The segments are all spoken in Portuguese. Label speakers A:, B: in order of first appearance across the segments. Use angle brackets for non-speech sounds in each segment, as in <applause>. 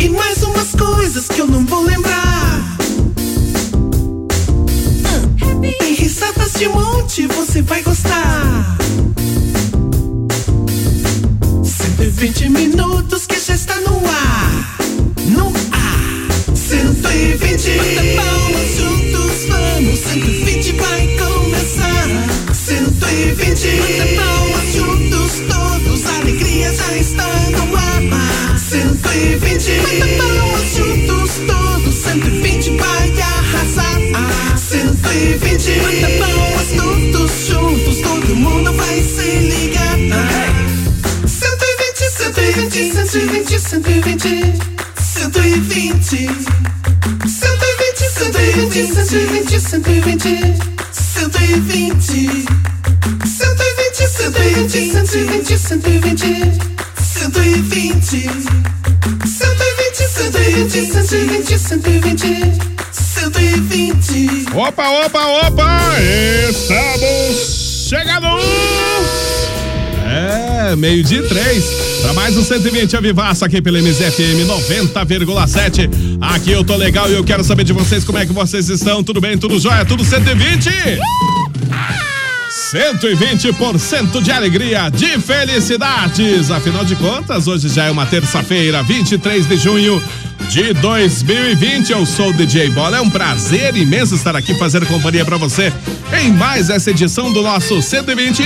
A: e mais umas coisas que eu não vou lembrar. Tem risadas de monte, você vai gostar. 120 minutos que já está no ar. No ar. 120. Bata palmas juntos, vamos. 120 vai começar. 120. Bata palmas juntos, todos. A alegria já está no ar. 120. Bata palmas juntos, todos. 120 vai arrasar. 120. Bata palmas todos juntos, todo mundo vai se ligar. 120, 120, 120, 120. 120. 120, 120, 120, 120. 120. 120, 120, 120, 120. 120. 120, 120, 120, 120.
B: Opa, opa, opa! Estamos chegando! É, meio de três. Para mais um 120 Avivaço aqui pela MZFM 90,7. Aqui eu tô legal e eu quero saber de vocês como é que vocês estão. Tudo bem? Tudo jóia? Tudo 120? 120% de alegria, de felicidades. Afinal de contas, hoje já é uma terça-feira, 23 de junho de 2020. Eu sou o DJ Bola. É um prazer imenso estar aqui fazer companhia para você em mais essa edição do nosso 120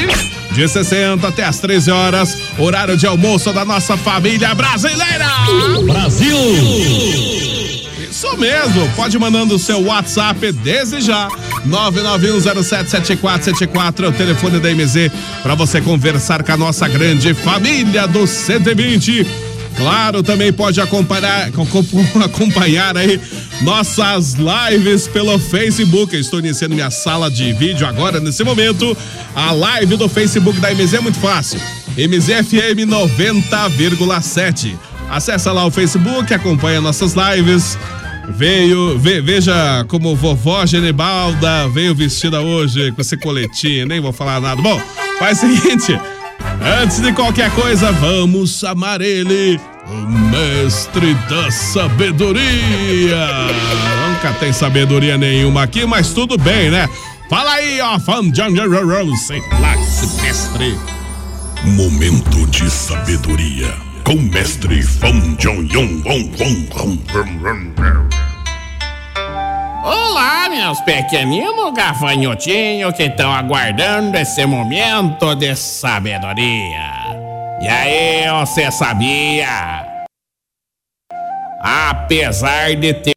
B: de 60 até as 13 horas, horário de almoço da nossa família brasileira. Brasil. Isso mesmo, pode mandando o seu WhatsApp desde já. 991077474 é o telefone da MZ para você conversar com a nossa grande família do 120. Claro, também pode acompanhar, com- com- <laughs> acompanhar aí nossas lives pelo Facebook. Eu estou iniciando minha sala de vídeo agora, nesse momento. A live do Facebook da MZ é muito fácil. MZFM 90,7. Acesse lá o Facebook, acompanha nossas lives. Veio, ve- veja como vovó Genebalda veio vestida hoje com esse coletinho, nem vou falar nada. Bom, faz o seguinte: antes de qualquer coisa, vamos chamar ele, o mestre da sabedoria. Nunca tem sabedoria nenhuma aqui, mas tudo bem, né? Fala aí, ó, fã de sei lá, esse mestre.
C: Momento de sabedoria com mestre Fão Jong Yong Wong Wong Wong Wong Wong Wong.
D: Olá, meus pequeninos gafanhotinhos que estão aguardando esse momento de sabedoria. E aí, você sabia? Apesar de ter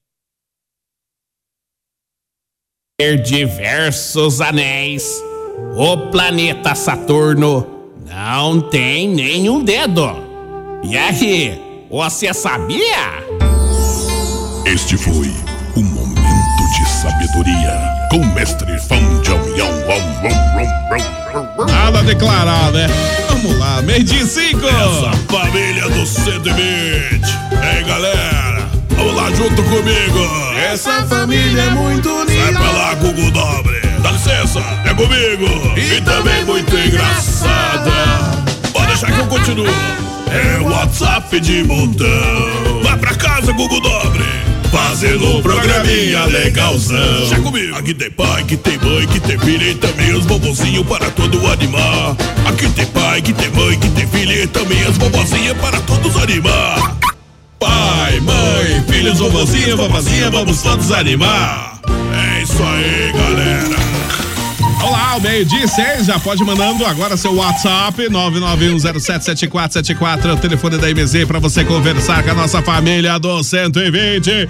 D: ter diversos anéis, o planeta Saturno não tem nenhum dedo. E aí, você sabia?
C: Este foi o momento de sabedoria com mestre Fão Jong Yong Wong Wong Wong Wong.
B: Nada a declarar, né? Vamos lá, meio de cinco.
C: Essa família do 120. Ei, galera, vamos lá junto comigo.
B: Essa família é muito
C: Sai pra lá, Google Dobre. Dá licença, é comigo. E, também muito engraçada. Pode deixar que eu continuo. É WhatsApp de montão. Vai pra casa, Google Dobre. Fazendo um programinha legalzão. Já comigo. Aqui tem pai, que tem mãe, que tem filha e também os bobozinhos para todo animar. Aqui tem pai, que tem mãe, que tem filha e também as vovozinhas para todos animar. Pai, mãe, filhos, vovozinha, vovozinha, vamos todos animar. É isso aí, galera.
B: Olá, ao meio-dia e seis, já pode mandando agora seu WhatsApp 991077474, é o telefone da MZ para você conversar com a nossa família do 120.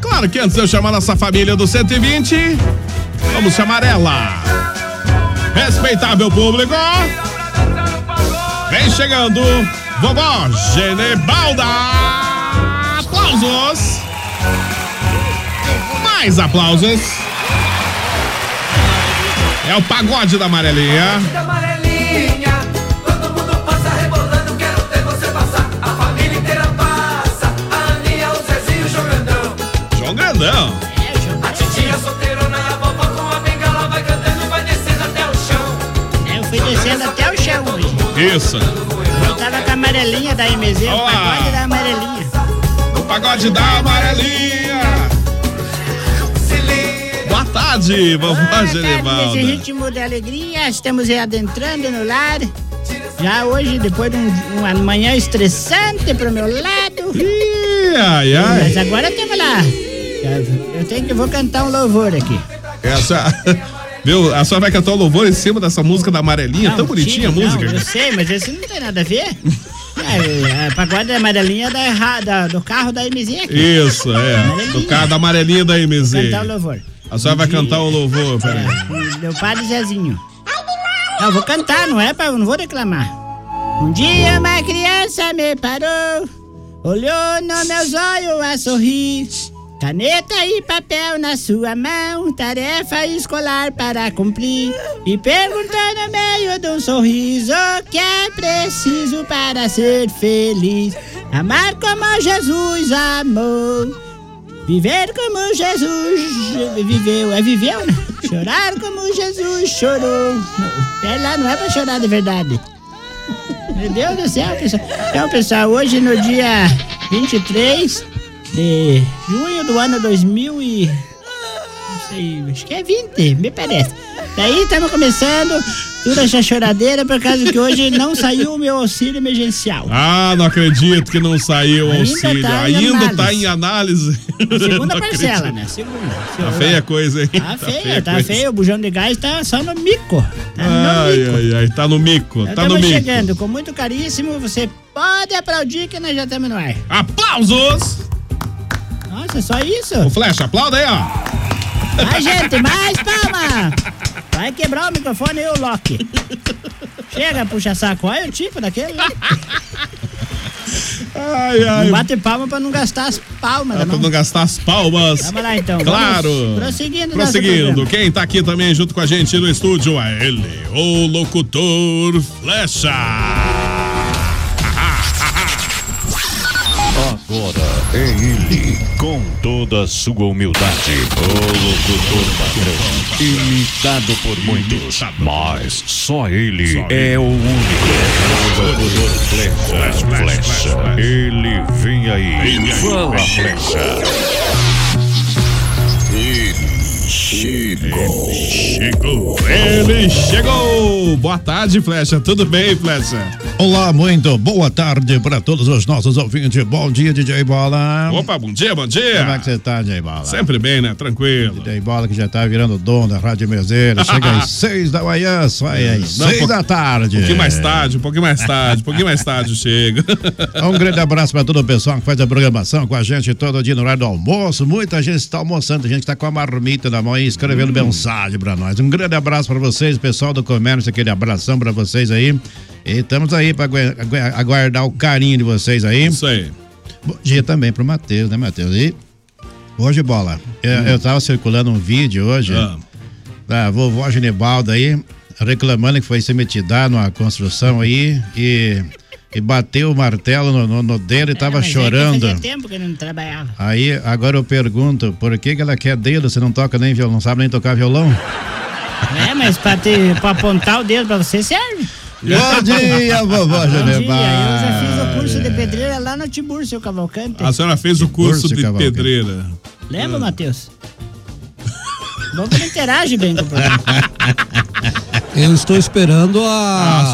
B: Claro que antes de eu chamar nossa família do 120, vamos chamar ela. Respeitável público, vem chegando vovó Genebalda. Aplausos. Mais aplausos. É o pagode da amarelinha.
E: Da amarelinha, todo mundo passa rebolando. Quero ter você passar. A família inteira passa. A Aninha, o Zezinho, o Jogandão.
B: Jogandão.
E: A titia solteirona, a vovó com a bengala
F: <laughs>
E: vai cantando e vai descendo até o chão.
F: É, Eu fui descendo até o chão hoje.
B: Isso.
F: Eu tava com a amarelinha da MZ, o
B: Olá.
F: pagode da amarelinha.
B: O pagode da amarelinha. Boa tarde, vovó
F: Boa tarde, Nesse
B: Genebalda.
F: ritmo de alegria, estamos readentrando no lar. Já hoje, depois de um- uma manhã estressante pro meu lado.
B: Ih, ai,
F: Mas
B: ai.
F: agora temos lá. Eu tenho que vou cantar um louvor aqui.
B: Essa. <laughs> Viu? A senhora vai cantar o louvor em cima dessa música da amarelinha,
F: Não,
B: é tão bonitinha a
F: sim,
B: música.
F: Não, eu sei, mas esse não tem nada
B: <laughs>
F: a ver. É, a pagode amarelinha da, erra- da- do carro da MZ aqui.
B: Isso, é. Do cara da amarelinha da MZ.
F: Cantar o É. louvor.
B: A senhora vai cantar o louvor, peraí.
F: Meu padre Zezinho. Não, vou cantar, não é? Pra, não vou declamar. Um dia uma criança me parou, olhou nos meus olhos a sorrir. Caneta e papel na sua mão, tarefa escolar para cumprir. E perguntou no meio de um sorriso o que é preciso para ser feliz. Amar como Jesus amou. Viver como Jesus viveu, é viveu, né? Chorar como Jesus chorou. Não, Pera lá, não é pra chorar de verdade. Meu Deus do céu, pessoal. Então, pessoal, hoje no dia 23 de junho do ano 2000 e... Não sei, acho que é 20, me parece. Daí estamos começando toda essa choradeira por causa que hoje não saiu o meu auxílio emergencial.
B: Ah, não acredito que não saiu o
F: Ainda
B: auxílio.
F: tá em
B: Ainda tá
F: análise.
B: em análise.
F: <laughs>
B: <laughs>
F: Segunda
B: Não
F: parcela,
B: acredito.
F: né? Segunda.
B: Tá feia a coisa, hein?
F: Tá feio, tá
B: a coisa.
F: feio. O bujão de gás tá só no mico. Tá no
B: Ai,
F: mico.
B: ai, ai, tá no mico, tá no
F: estamos
B: mico.
F: chegando com muito caríssimo. Você pode aplaudir que nós já estamos no ar.
B: Aplausos!
F: Nossa, só isso?
B: Ô, Flecha, aplauda aí, ó.
F: Vai, gente, mais palma! Vai quebrar o microfone e o Loki. Chega, puxa saco. Olha o tipo daquele. lá.
B: Ai, ai.
F: Não bate palma pra não gastar as palmas da
B: Tá Pra
F: mão.
B: não gastar as palmas.
F: Vamos lá então. vamos
B: Claro.
F: Prosseguindo. nosso
B: Prosseguindo,
F: programa.
B: quem tá aqui também junto com a gente no estúdio é ele, o locutor Flecha.
G: É ele, com toda a sua humildade, o locutor padrão, imitado por muitos, mas só ele é o único. O locutor Flecha, Flecha, ele vem aí, fala Flecha.
C: Chegou.
B: Ele chegou! Boa tarde, Flecha. Tudo bem, Flecha?
H: Olá, muito boa tarde para todos os nossos ouvintes. Bom dia, DJ Bola.
B: Opa, bom dia, bom
H: Como é
B: dia.
H: que você tá, DJ Bola?
B: Sempre bem, né? Tranquilo.
H: DJ Bola que já tá virando dono da Rádio Meseira. Chega
B: <laughs>
H: às seis da manhã, sai às
B: Não, um
H: seis
B: pouco-
H: da tarde.
B: Um pouquinho mais tarde, um pouquinho mais tarde, um pouquinho mais
I: <laughs>
B: tarde chega.
H: <laughs> Um grande abraço para todo o pessoal que faz a programação com a gente todo dia no horário do almoço. Muita gente está almoçando, tem gente que está com a marmita na mão e escrevendo
B: Hum.
H: mensagem para nós. Um grande abraço para vocês, pessoal do comércio, aquele abração para vocês aí. E estamos aí para aguardar o carinho de vocês aí.
B: Isso aí.
H: Bom dia também pro Matheus, né, Matheus? E hoje, bola, eu, eu tava circulando um vídeo hoje
B: Hum. Ah,
H: da vovó Genebalda aí, reclamando que foi semetidar numa construção aí e, e bateu o martelo no, no, no dedo e tava
F: Mas é que
H: chorando.
F: Fazia tempo que não trabalhava.
H: Aí, agora eu pergunto, por que que ela quer dedo se não toca nem violão, não sabe nem tocar violão?
F: É, mas pra, ter, pra apontar o dedo pra você serve.
H: Bom dia, vovó
F: Bom dia, eu já
H: Genebalda.
F: fiz o curso de pedreira lá no Tiburcio Cavalcante.
B: a senhora fez o curso
H: Curso,
B: de
H: Cavalcante.
B: pedreira.
F: Lembra,
I: Hum.
F: Matheus? Bom que ele interage bem com o programa.
I: Eu estou esperando a.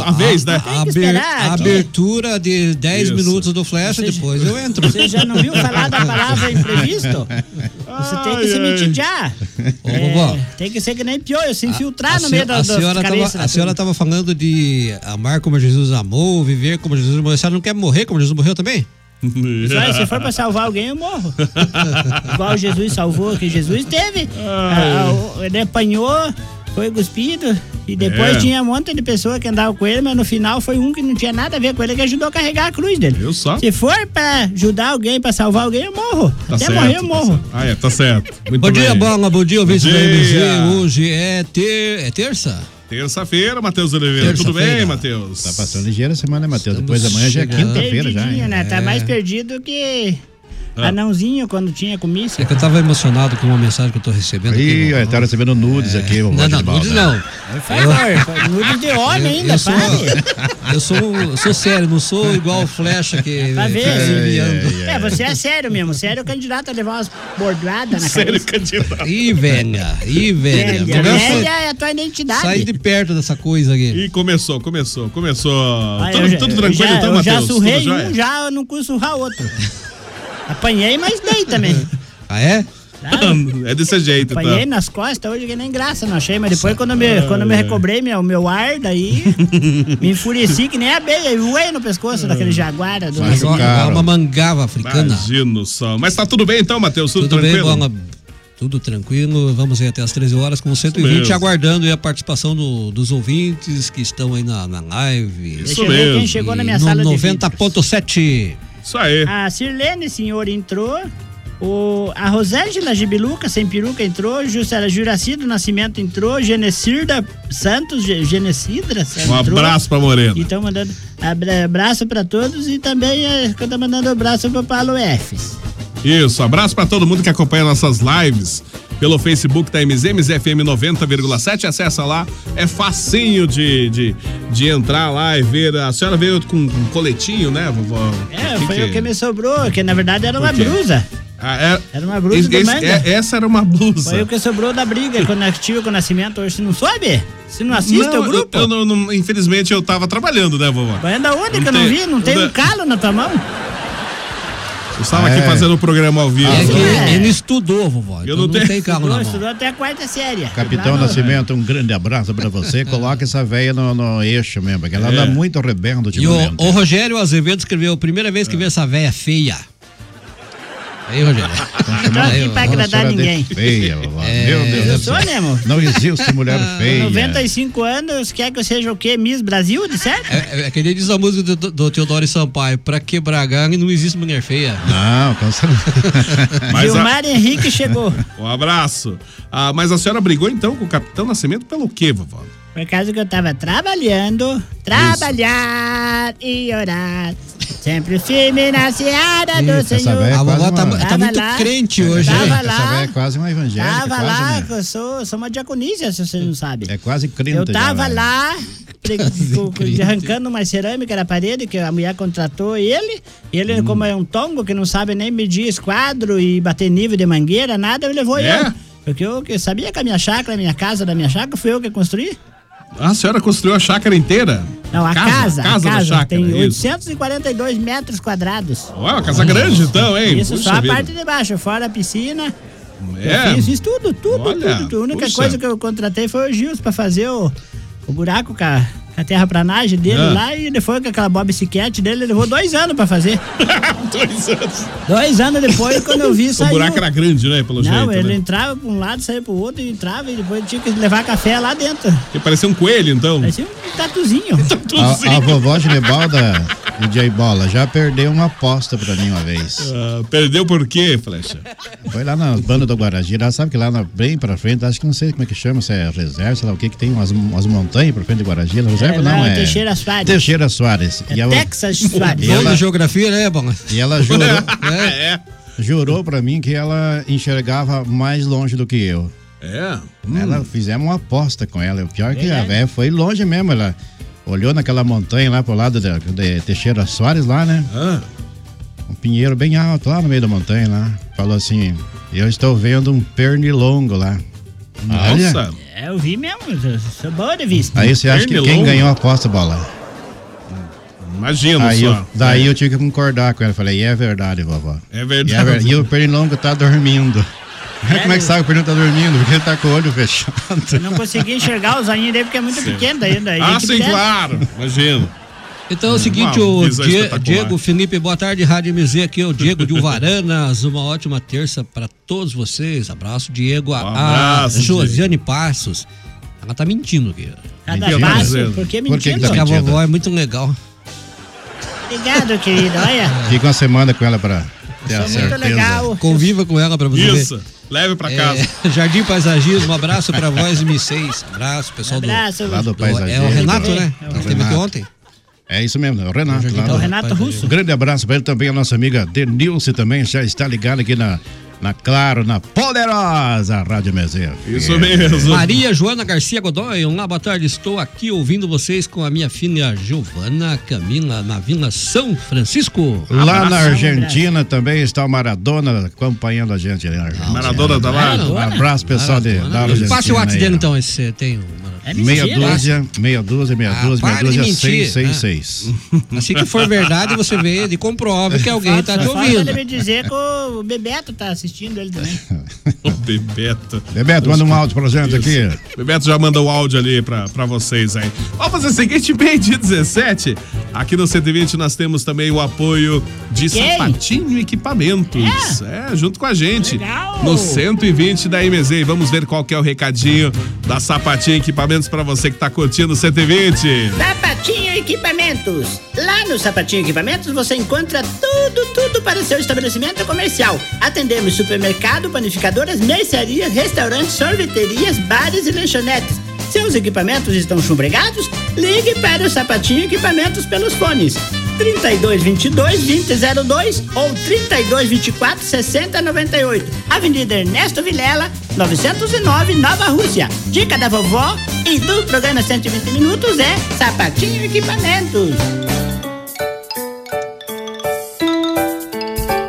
B: A- a vez,
I: A,
B: né?
I: a
B: Tem que
I: aber-
B: esperar,
I: a
B: que-
I: abertura de 10
B: Isso.
I: minutos do Flash, depois eu entro.
F: Você já não viu falar da palavra imprevisto? Você tem que se mitigar.
I: Ô,
F: É,
I: vovó.
F: tem que ser que nem piolho, se infiltrar
I: a
F: no
I: se-
F: meio da,
I: a
F: das né?
I: senhora
F: carências
I: tava,
F: da
I: A senhora tá-
F: turma.
I: estava falando de amar como Jesus amou, viver como Jesus morreu. A senhora não quer morrer como Jesus morreu
B: <laughs>
I: também?
F: Só, se for <laughs> pra salvar alguém, eu morro. Igual Jesus salvou, que Jesus teve. Ah, o- ele apanhou, foi cuspido. E depois
B: É.
F: tinha um monte de pessoa que andava com ele, mas no final foi um que não tinha nada a ver com ele que ajudou a carregar a cruz dele.
B: Eu só.
F: Se for pra ajudar alguém, pra salvar alguém, eu morro.
B: Tá
F: Até
B: certo,
F: morrer, eu
B: tá
F: morro.
B: certo. Ah, é, tá certo. Muito
I: bom dia,
B: bem.
I: Bola. Bom dia, ouvintes
B: Bom
I: da MZ.
B: dia.
I: Hoje é, ter, é terça?
B: Terça-feira, Matheus Oliveira. Tudo
H: Terça-feira.
B: bem, Matheus? Tá
H: Passando ligeira a semana, Matheus. Depois da manhã já é
I: chegando.
H: quinta-feira já.
F: Perdidinho,
H: hein?
F: né? Tá
H: É.
F: mais perdido que anãozinho quando tinha comício.
I: É que eu tava emocionado com uma mensagem que eu tô recebendo. aqui, É.
H: Ih, ó, tá recebendo nudes aqui, né? o
I: Não, não,
H: Valdivaldo.
I: nudes não.
F: <laughs> Favor, nudes de homem ainda,
I: eu sou, um- <laughs>
F: pare.
I: eu sou, eu sou sério, não sou igual o Flecha que
F: Pra ver.
I: fica desviando.
F: Tá É, você é sério mesmo. Sério, o candidato a levar umas bordoadas na
B: Sério,
F: cabeça.
B: candidato.
I: Ih, velha, ih, velha.
F: Velha,
I: Começa-
F: velha é a tua identidade.
I: Sai de perto dessa coisa aqui.
B: Ih, começou, começou, começou.
F: Ah, eu
B: tudo,
F: já-
B: tudo
F: eu
B: tranquilo,
F: já,
B: então,
F: Eu já
B: Matheus? Tudo
F: surrei
B: jóia?
F: um, já eu não consigo surrar outro. Apanhei, mas dei também.
I: Ah, é?
F: Sabe?
B: <laughs> É desse jeito, tá?
F: Apanhei nas costas, hoje que nem graça, não achei, mas depois quando eu me, quando eu me recobrei meu, meu ar, daí me
I: <laughs>
F: enfureci que nem abelha e voei no pescoço daquele jaguara do
I: Mas ó,
H: Machucaram.
I: é uma mangava africana.
B: Imagino só. Mas tá tudo bem então, Matheus? Tudo,
I: Tudo, bem,
B: tranquilo?
I: bola? Tudo tranquilo. Vamos aí até as 13 horas com
B: Isso
I: 120,
B: mesmo.
I: aguardando aí a participação do- dos ouvintes que estão aí na, na live.
F: Deixa eu
B: isso
F: ver
B: mesmo.
F: quem chegou na minha
I: E
F: sala
I: no
F: de Ah. vídeos.
I: 90.7.
B: Isso aí.
F: A Sirlene, senhor, entrou. O, a Rosângela Gibiluca, sem peruca, entrou. Jussara Juraci do Nascimento entrou. Genecirda Santos, Ge- Genecidra
B: um
F: entrou.
B: abraço pra Morena.
F: E estão mandando abra- abraço pra todos e também eh, que eu tô mandando abraço pro Paulo Fs.
B: Isso, abraço pra todo mundo que acompanha nossas lives pelo Facebook da MZ, MZFM 90,7. Acessa lá, é facinho de, de, de entrar lá e ver. A senhora veio com um coletinho, né, vovó?
F: É, foi o que me sobrou, que na verdade era uma
B: quê?
F: blusa.
B: Ah, é-
F: é Era uma né? blusa
B: esse-
F: do
B: esse-
F: manga.
B: é- Essa era uma blusa.
F: Foi o que sobrou da briga é quando eu tive com o Nascimento. Hoje você não soube? Você não assiste
B: Não,
F: o grupo?
B: eu- eu não- não- infelizmente eu tava trabalhando, né, vovó?
F: Vai andar onde
B: Não
F: que eu não
B: tem-
F: vi? Não
B: não
F: tem um
B: tem-
F: calo na tua mão?
B: Eu estava aqui
H: É.
B: fazendo o programa ao vivo.
I: É que
F: é.
I: ele estudou, vovó.
B: Eu
I: então
B: não
I: não
B: tenho-
I: tem carro na
F: Estudou,
I: mão.
F: estudou até a quarta série.
H: Capitão
F: Lá no-
H: Nascimento, um grande abraço pra você. Coloca essa véia no, no eixo mesmo, porque ela
B: É.
H: anda muito rebelde
I: E o,
H: ultimamente.
I: o Rogério Azevedo escreveu, primeira vez
B: Ah.
I: que vê essa véia feia. Aí, Rogério.
B: Tá
F: Não aqui
H: Olha,
F: pra
H: a
F: agradar
H: senhora de
F: ninguém.
H: Feia, vovó.
I: É,
H: Meu Deus
F: Eu
H: do
F: sou
H: céu.
F: mesmo.
H: Não existe mulher
F: Ah,
H: feia.
F: 95 anos, quer que eu seja o quê? Miss Brasil, de certo?
I: É, é, é que nem diz a música do, do- do Teodoro Sampaio, pra quebrar gangue não existe mulher feia.
H: Não, cancela.
B: Mas a-
F: <laughs> Gilmar Henrique chegou.
B: Um abraço. Ah, mas a senhora brigou então com o Capitão Nascimento pelo quê, vovó?
F: Por causa que eu tava trabalhando, trabalhar e orar. Sempre firme na seara do
H: Essa
F: Senhor.
H: véia é
I: a vovó
H: quase
I: tá,
H: uma...
I: tá
F: Tava
I: muito
F: lá,
I: crente hoje,
F: tava
I: hein?
F: lá.
H: Essa véia é quase uma evangélica.
F: Tava
H: quase,
F: lá,
H: né?
F: que eu sou, sou uma diaconisa, se você não sabe.
H: É quase crente.
F: Eu
H: já,
F: tava
H: né?
F: lá
H: <laughs>
F: pre- co- co- arrancando uma cerâmica da parede que a mulher contratou ele.
H: Hum.
F: Ele, como é um tongo que não sabe nem medir esquadro e bater nível de mangueira, nada, ele levou
B: É?
F: eu. Porque eu que sabia que a minha chácara, a minha casa da minha chácara, fui eu que construí.
B: Ah, a senhora construiu a chácara inteira?
F: Não, a
B: casa
F: casa, a
B: da
F: casa
B: chácara. é
F: tem
B: isso.
F: 842 metros quadrados.
B: Ué, uma casa grande então, hein?
F: Isso
B: Puxa
F: só a
B: vida.
F: parte de baixo, fora a piscina.
B: É.
F: Eu fiz isso tudo, tudo,
B: Olha,
F: tudo, tudo. A única
B: puxa.
F: coisa que eu contratei foi o Gils pra fazer o, o buraco com a, com a terraplanagem dele
B: Ah.
F: lá e depois com aquela Bob Siquete dele, ele levou dois anos pra fazer.
B: <laughs> Dois anos.
F: Dois anos depois, quando eu vi, saiu.
B: <laughs> O buraco era grande, né? Pelo
F: Não,
B: jeito.
F: ele
B: Né?
F: entrava pra um lado, saía pro outro, e entrava e depois tinha que levar café lá dentro.
B: Porque parecia um coelho, então.
F: Parecia um
B: <laughs>
F: tatuzinho.
H: A, a
B: assim.
H: vovó Ginebalda e J Bola já perdeu uma aposta pra mim uma vez.
B: Ah, perdeu por quê, Flecha?
H: Foi lá nas bandas do Guarajira, ela sabe que lá na- bem pra frente, acho que não sei como é que chama, se é reserva, sei lá o que, que tem umas, umas montanhas pra frente de Guarajira. Reserva
F: É,
H: não,
F: lá,
H: é.
F: Teixeira Soares.
H: Teixeira Soares.
F: É
H: e, ela,
F: Texas Soares.
H: <laughs> E
I: Bom
H: ela-
I: de geografia, né, Bola?
H: e ela jurou,
B: <laughs> É. É.
H: jurou pra mim que ela enxergava mais longe do que eu.
B: É, Hum.
H: Ela fizemos uma aposta com ela. O pior é que a
F: Verdade.
H: véia foi longe mesmo. Ela olhou naquela montanha lá pro lado de, de Teixeira Soares, lá, né?
B: Ah,
H: um pinheiro bem alto lá no meio da montanha lá. Falou assim: Eu estou vendo um pernilongo lá.
B: nossa.
H: Olha,
F: É, eu vi mesmo, eu sou boa de vista.
H: Aí você acha que quem ganhou a aposta, bola?
B: Imagino
H: aí
B: só.
H: eu- daí eu tive que concordar com ela. Falei, e é verdade, vovó.
B: É
H: E, é ver-
B: verdade.
H: e o pernilongo tá dormindo. <laughs> Como é que sabe que o pernilongo tá dormindo? Porque ele tá com o olho fechado.
F: Não consegui enxergar os olhinhos dele porque é muito
H: Sim.
F: pequeno daí. daí
H: Ah,
F: tem que
H: sim,
F: ter-
B: Claro, imagino.
I: Então é o seguinte,
B: Uma
I: o
B: visão
I: Die-
B: espetacular.
I: Diego, Felipe, boa tarde, Rádio MZ aqui, é o Diego de Uvaranas. Uma ótima terça para todos vocês. Abraço, Diego. A-
B: abraço,
I: a Josiane Passos. Ela tá mentindo aqui.
F: Cada Mentira, passo, Josiane. tá por que mentindo?
I: Porque a
H: mentindo?
I: vovó é muito legal.
F: Obrigado, querido. Olha,
H: Fica uma semana com ela pra ter a
I: Sou muito
H: é certeza.
I: legal. Conviva com ela para você
H: Isso.
I: ver. É,
B: Leve pra
H: casa.
I: <laughs> Jardim Paisagismo, abraço para voz M6. Abraço, pessoal
F: Abraço.
I: do.
H: Lá do
I: É
H: paisagismo.
I: o Renato, né?
H: É o
I: Que esteve aqui
H: Renato.
I: ontem.
H: É isso mesmo, é o Renato. lá
I: tá
H: do-
I: o Renato Russo.
H: Um grande abraço para ele também, a nossa amiga Denilce também já está ligada aqui na, na Claro, na poderosa Rádio Mezeiro. É.
I: Maria Joana Garcia Godoy, olá, boa tarde. Estou aqui ouvindo vocês com a minha filha Giovana Camila na Vila São Francisco.
H: Lá na
I: Abraço.
H: Argentina também está o Maradona acompanhando a gente ali na Argentina.
I: Maradona tá lá?
H: Um abraço, pessoal de, da Argentina.
I: Passe o WhatsApp
H: aí.
I: dele então, esse você tem. Mano.
H: Meia dúzia, meia dúzia, meia
I: né? Ah,
H: dúzia, meia
I: para de
H: dúzia,
I: mentir,
H: seis,
I: né?
H: seis, seis.
I: Assim que for verdade, você vê ele e comprova que alguém tá te
F: só falta
I: ouvindo.
F: ele me dizer que o Bebeto tá assistindo ele também.
B: <laughs> Bebeto.
H: Bebeto, manda um áudio pra gente aqui.
B: Bebeto já mandou o áudio ali pra, pra vocês aí. Vamos fazer assim, o seguinte, meio dia 17. Aqui no 120 nós temos também o apoio de
J: Quem?
B: Sapatinho Equipamentos.
F: Ah.
B: É? junto com a gente. No 120 da MZ. E Vamos ver qual que é o recadinho da Sapatinho Equipamentos pra você que tá curtindo o 120.
F: Sapatinho Equipamentos. Lá no Sapatinho Equipamentos você encontra tudo, tudo para o seu estabelecimento comercial. Atendemos supermercado, panificadoras, mercearias, restaurantes, sorveterias, bares e lanchonetes. Seus equipamentos estão chumbregados? Ligue para o Sapatinho Equipamentos pelos fones 3222 2002 ou 3224 6098. Avenida Ernesto Vilela, 909, Nova Rússia. Dica da vovó e do programa 120 Minutos é Sapatinho Equipamentos.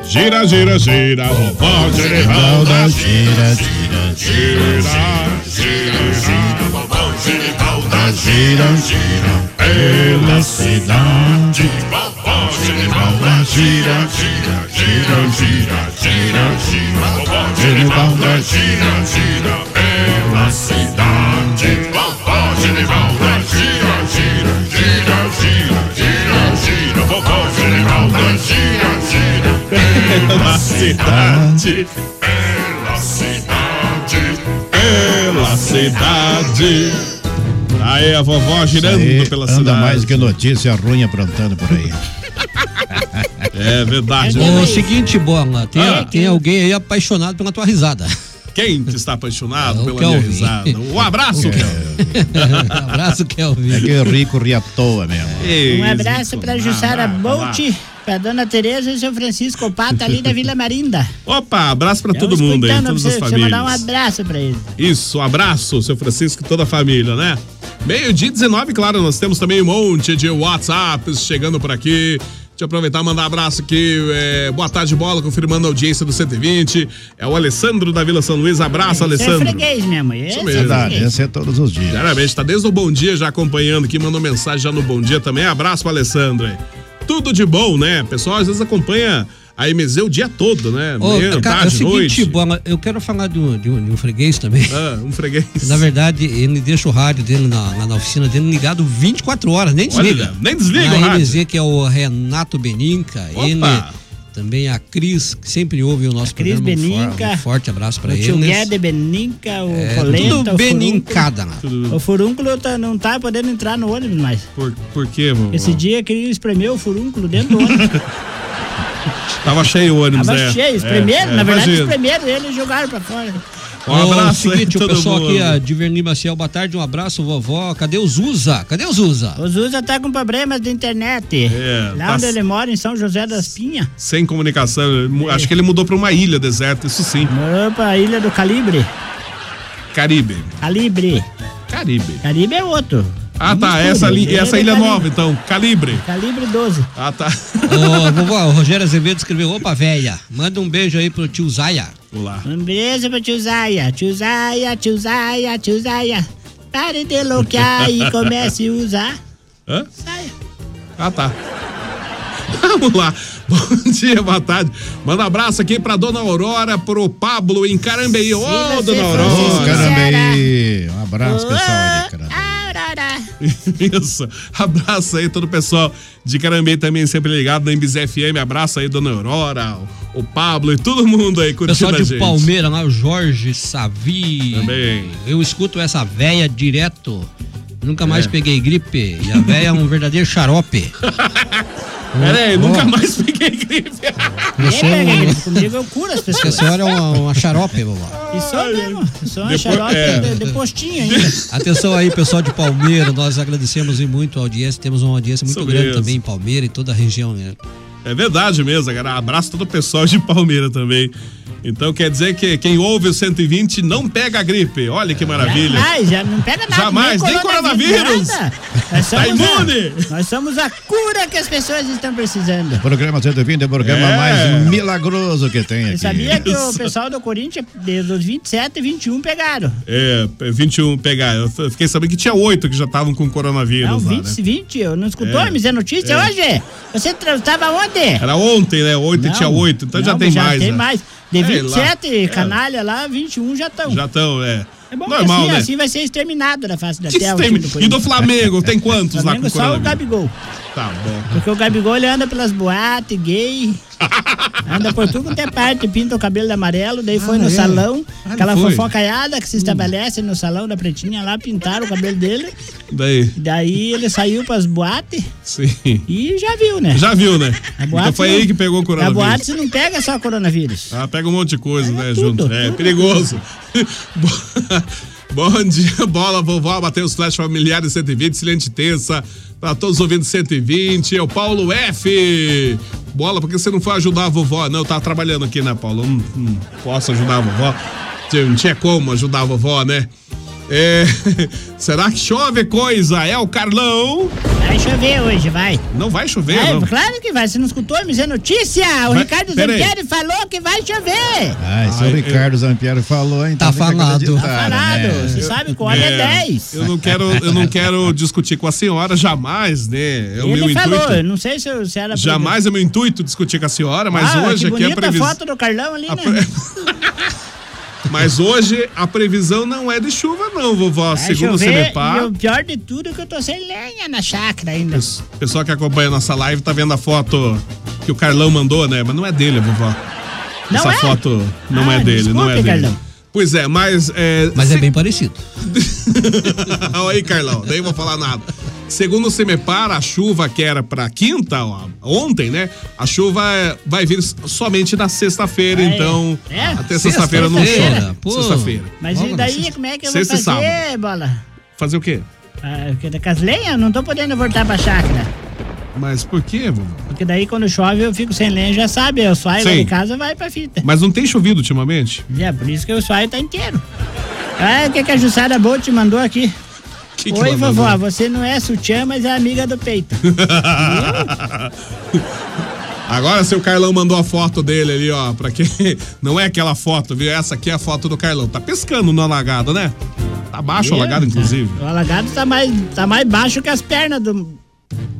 C: Gira, gira, gira, vovó Genivalda. Gira, gira, gira, gira, gira, vovó Genivalda. Gira, gira, pela cidade. Vovó Genivalda. Gira, gira, gira, gira, gira, gira, vovó Genivalda. Gira, gira, pela cidade. Vovó Genivalda. Gira, gira, gira, gira, gira, gira, vovó Genivalda. Gira, gira. Pela cidade, pela cidade,
B: Pela cidade. Aí a vovó girando
H: Isso aí
B: pela
H: anda
B: cidade.
H: mais que notícia ruim aprontando por
B: <laughs>
H: aí.
B: É verdade.
I: O seguinte, Bola, tem,
B: Ah.
I: tem alguém aí apaixonado pela tua risada.
B: Quem que está apaixonado pela minha
I: É Kelvin.
B: risada?
I: <laughs>
B: Um abraço,
I: O
B: Kelvin.
I: abraço, Kelvin.
H: É que o rico ri à toa mesmo.
F: Um abraço para Jussara Bolt, para Dona Tereza e seu Francisco Pata ali da Vila Marinda. Então,
B: Opa, abraço pra todo mundo aí,
F: Escutando,
B: todas as
F: você, você
B: famílias.
F: mandar um abraço pra eles.
B: Isso, um abraço, seu Francisco e toda a família, né? Meio-dia 19, claro, nós temos também um monte de WhatsApps chegando por aqui. Deixa eu aproveitar e mandar um abraço aqui. é, boa tarde, bola, confirmando a audiência do 120. É o Alessandro da Vila São Luís. Abraço,
F: Esse é
B: Alessandro.
F: freguês mesmo. Esse
B: Isso
F: é
B: mesmo.
H: Verdade,
F: freguês.
H: esse é todos os dias.
B: Claramente, tá desde o bom dia já acompanhando aqui, mandou mensagem já no bom dia também. Abraço pro Alessandro aí. Tudo de bom, né? Pessoal, às vezes acompanha a MZ o dia todo, né?
I: Ô,
B: Manhã,
I: cara, é o
B: tarde,
I: seguinte,
B: noite.
I: Bola, eu quero falar de um, de um- de um freguês também.
B: Ah, um freguês.
I: <laughs> Na verdade, ele deixa o rádio dele na, lá na oficina dele ligado 24 horas, nem
B: Olha,
I: desliga.
B: nem desliga
I: a
B: o rádio.
I: MZ, que é o Renato Beninca, ele, também a Cris, que sempre ouve o nosso
F: Cris
I: programa. um for-
F: Beninca.
I: Um forte abraço pra
F: o tio
I: eles.
F: Guedes, Beninca, o
I: É,
F: Polenta,
I: tudo
F: o
I: benincada né? lá.
F: furúnculo. O furúnculo tá- não tá podendo entrar no ônibus mais.
B: Por, por quê, mano?
F: Esse dia que ele espremeu o furúnculo dentro do
B: <laughs>
F: ônibus.
B: Tava cheio o ônibus,
F: Tava
B: né?
F: cheio,
B: É,
F: espremeram.
B: é,
F: na verdade,
B: imagino.
F: espremeram ele e jogaram pra fora.
B: Um abraço
I: o seguinte,
B: aí,
I: o
B: todo
I: pessoal
B: mundo.
I: aqui, a Diverni Maciel, boa tarde, um abraço, vovó. Cadê o Zuza? Cadê o Zuza?
F: O Zuza tá com problemas de internet.
B: É,
F: Lá
B: tá
F: onde
B: s-
F: ele mora, em São José das Pinhas.
B: Sem comunicação. ele mu- Acho que ele mudou pra uma ilha deserta, isso sim.
F: Morou pra Ilha do Calibre.
B: Caribe.
F: Calibre.
B: Caribe.
F: Caribe é outro.
B: Ah, tá.
I: Mistura.
B: Essa, li-
I: Ele
B: essa
I: é
B: ilha
F: tá
I: calibre.
B: nova, então. Calibre.
F: Calibre 12.
B: Ah, tá.
I: <laughs> Ô, vovó, o Rogério Azevedo escreveu: Opa, véia, manda um beijo aí pro tio Zaya.
B: Olá.
F: Um beijo pro tio Zaia, tio Zaia, tio Zaia, tio Zaia. Pare de louquear e comece a usar.
B: Hã? Ah, tá. <laughs> Vamos lá. Bom <laughs> dia, boa tarde. Manda um abraço aqui pra Dona Aurora, pro Pablo em Carambeí. Ô, Dona
H: Ô,
B: Aurora.
H: caramba aí. Um abraço, pessoal. aí, cara.
B: <laughs> Isso. Abraço aí todo o pessoal de Carambeí também sempre ligado na MBZ FM. Abraço aí, Dona Aurora, o o Pablo e todo mundo aí curtindo
I: Pessoal
B: a
I: de
B: gente.
I: Palmeira lá, o Jorge Savi.
B: Também.
I: Eu escuto essa véia direto. Nunca mais
B: É.
I: peguei gripe. E a véia é um verdadeiro xarope.
B: <laughs> Pera aí,
I: Ó,
B: nunca mais peguei gripe.
I: Eu sou
F: Pega,
I: um...
F: É, comigo eu curo as
I: Essa
F: pessoas.
I: senhora é uma, uma xarope, vovó.
F: E sou mesmo. Eu sou uma
I: Depois-
F: xarope
I: é.
F: de, de postinho ainda.
I: Atenção aí, pessoal de Palmeira, nós agradecemos e muito a audiência, temos uma audiência muito
B: Isso
I: grande
B: mesmo.
I: também em Palmeira e toda a região, né?
B: É verdade mesmo, cara. Abraço todo o pessoal de Palmeira também. Então quer dizer que quem ouve o 120 não pega a gripe. Olha que maravilha.
F: Jamais, já não pega nada.
B: Jamais, nem coronavírus.
F: nada. Nós
B: Tá
F: somos a-
B: imune.
F: nós somos a cura que as pessoas estão precisando.
H: Programa 120 é o programa
F: É.
H: mais milagroso que tem aqui.
F: Eu sabia que o pessoal do Corinthians, desde os 27 e 21, pegaram.
B: É, 21 pegar. Eu f- fiquei sabendo que tinha oito que já estavam com coronavírus
F: Não,
B: lá,
F: 20,
B: né?
F: 20, eu não escutou
B: É.
F: me dizer notícia
B: É.
F: hoje? Você estava onde?
B: Era ontem, né? Oito e
F: Não,
B: tinha oito, então já
F: não,
B: tem
F: já
B: mais.
F: tem
B: né?
F: mais. De
B: É,
F: 27
B: lá- é,
F: canalha lá, 21 já estão.
B: Já estão, é.
F: É bom que
B: Normal,
F: assim,
B: né?
F: assim vai ser exterminado na face da
B: Que
F: terra. o
B: tem-
F: time do
B: E
F: Corinthians. É.
B: do Flamengo, tem quantos lá
F: Flamengo
B: com
F: só o
B: coronavírus?
F: Gabigol.
B: Tá bom.
F: Porque o Gabigol ele anda pelas
B: <laughs>
F: boates, gay. Anda por tudo que é parte, pinta o cabelo de amarelo, daí foi no
J: é?
F: salão,
J: Ah,
F: aquela
B: foi? Hum.
F: fofocaiada que se estabelece no salão da pretinha lá, pintaram o cabelo dele.
B: Daí,
F: Daí ele saiu pras boates
B: sim.
F: e já viu, né?
B: Já viu, né?
F: Na
B: Então
F: boate
B: foi
F: não-
B: aí que pegou o
F: Na
B: coronavírus.
F: boate você não pega só coronavírus.
B: Ah, pega um monte de coisa, né,
F: tudo,
B: junto. É,
F: tudo.
B: perigoso. <laughs> Bom dia, bola, vovó, Matheus Flash Familiar em 120, excelente terça. Pra todos os ouvintes 120, é o Paulo F. Bola, por que você não foi ajudar a vovó? Não, eu tava trabalhando aqui, né, Paulo? Eu Não, não posso ajudar a vovó. Não tinha como ajudar a vovó, né? É, <laughs> será que chove coisa? É o Carlão?
F: Vai chover hoje, vai.
B: Não vai chover,
F: Vai,
B: não.
F: É, Claro que vai, você não escutou me dizer notícia? O
B: Vai,
F: Ricardo
B: pera aí.
F: Zampieri falou que vai chover.
H: Ah, esse é o Ricardo Zampiero falou, então.
I: Tá
H: fica
I: falado.
H: acreditado,
I: Tá
F: falado,
H: né?
F: você sabe que o homem é 10.
B: Eu não quero, eu não quero discutir com a senhora jamais, né? É o meu
F: Ele falou,
B: intuito.
F: eu não sei se, se era...
B: Jamais é meu intuito discutir com a senhora, mas
F: Ah,
B: hoje
F: que
B: aqui é
F: bonita
B: a previsão.
F: a foto do Carlão ali, né?
B: <laughs> Mas hoje a previsão não é de chuva, não, vovó.
F: Vai
B: Segundo o
F: chover,
B: CNEPAR,
F: E né? o pior de tudo é que eu tô sem lenha na chácara ainda.
B: o pessoal que acompanha nossa live tá vendo a foto que o Carlão mandou, né? Mas não é dele, vovó.
F: Não
B: Essa
F: é?
B: foto não
F: Ah,
B: é dele, não é
F: desculpe,
B: dele.
F: Carlão.
B: Pois é, mas. É,
I: Mas é bem parecido.
B: <laughs> Olha aí, Carlão, nem vou falar nada. Segundo o CEMEPAR, a chuva que era pra quinta, ó, ontem, né? A chuva é, vai vir somente na sexta-feira,
F: Vai,
B: então.
F: é?
B: Até sexta-feira não
I: Sexta-feira?
B: chove.
I: Pô.
B: Sexta-feira.
F: Mas
I: Logo
F: e
I: na
F: daí,
I: sexta-
F: como é que eu
B: sexta
F: vou
B: e
F: fazer,
B: sábado.
F: bola?
B: Fazer o quê?
F: Ah, porque com as lenhas eu não tô podendo voltar pra chácara.
B: Mas por quê, vovó?
F: Porque daí quando chove eu fico sem lenha, já sabe. Eu saio lá
B: Sim.
F: de casa vai pra fita.
B: Mas não tem chovido ultimamente?
F: E é por isso que o saio tá inteiro. Ah, o que, que a Jussara Bolt te mandou aqui?
B: Que que
F: Oi,
B: ela
F: vovó,
B: mandou?
F: você não é sutiã, mas é amiga do peito.
B: Agora, se o Carlão mandou a foto dele ali, ó, pra quem. <laughs> Não é aquela foto, viu? Essa aqui é a foto do Carlão. Tá pescando no alagado, né? Tá baixo o
F: Meu,
B: alagado, inclusive.
F: O alagado tá mais, tá mais baixo que as pernas do.
B: <laughs>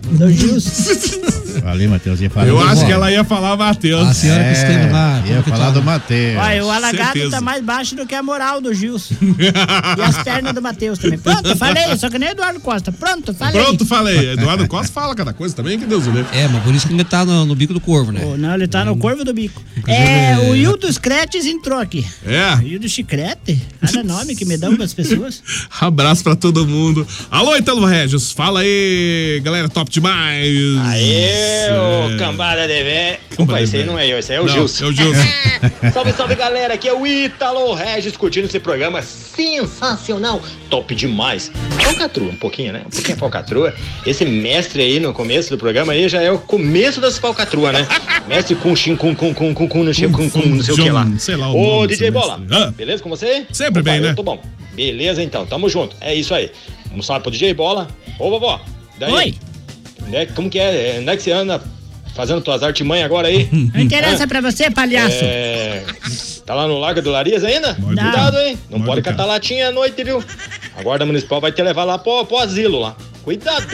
F: Do Jus.
H: Falei, Matheus, ia falar.
B: Eu
H: do
B: acho que
H: Matheus.
B: ela ia falar Matheus.
I: A senhora que esteve lá. como
H: Ia
I: que
H: falar
I: tá?
H: do Matheus.
F: Olha, o alagado
B: É, certeza.
F: tá mais baixo do que a moral
B: <laughs>
F: do Gilson. e as pernas do Matheus também. Pronto, falei, só que nem Eduardo Costa. Pronto, falei.
B: Pronto, falei. Eduardo Costa fala cada coisa também, que Deus o livre.
I: É, mas por isso que ainda tá no, no bico do corvo, né?
F: Ô, não, ele tá no corvo do bico. É, o Hildo Scretes entrou aqui.
B: É.
F: Hildo Chicrete? Cada nome que me dão pras pessoas.
B: Abraço pra todo mundo. Alô, Italo Regis. Fala aí, galera, top demais.
K: Aê,
B: É.
K: ô cambada de vé. Opa, esse aí não é eu, esse aí é o
B: Não,
K: Gilson.
B: É o
K: <laughs>
B: Gilson.
K: salve, salve galera, aqui é o Ítalo Regis curtindo esse programa sensacional, top demais. Falcatrua, um pouquinho, né? Um pouquinho falcatrua. Esse mestre aí no começo do programa aí já é o começo das falcatrua, né? Mestre com xin, com, com, com, com, com, não sei, com, com, não sei o que lá.
B: Sei lá o
K: Ô,
B: nome
K: DJ
B: desse
K: Bola,
B: mestre. Ah.
K: beleza com você?
B: Sempre
K: Opa,
B: bem,
K: eu
B: né?
K: Tô bom. Beleza então, tamo junto. É isso aí. Um salve pro DJ Bola. Ô, vovó. Daí,
F: Oi.
K: Né, como que é? Onde é que você anda fazendo tuas artimanhas agora aí?
B: <laughs>
F: Não interessa
K: Hã?
F: pra você, palhaço.
K: É... Tá lá no Largo do Larias ainda? Cuidado, hein? Não pode catar latinha à noite, viu? A guarda municipal vai te levar lá pro, pro asilo lá. Cuidado!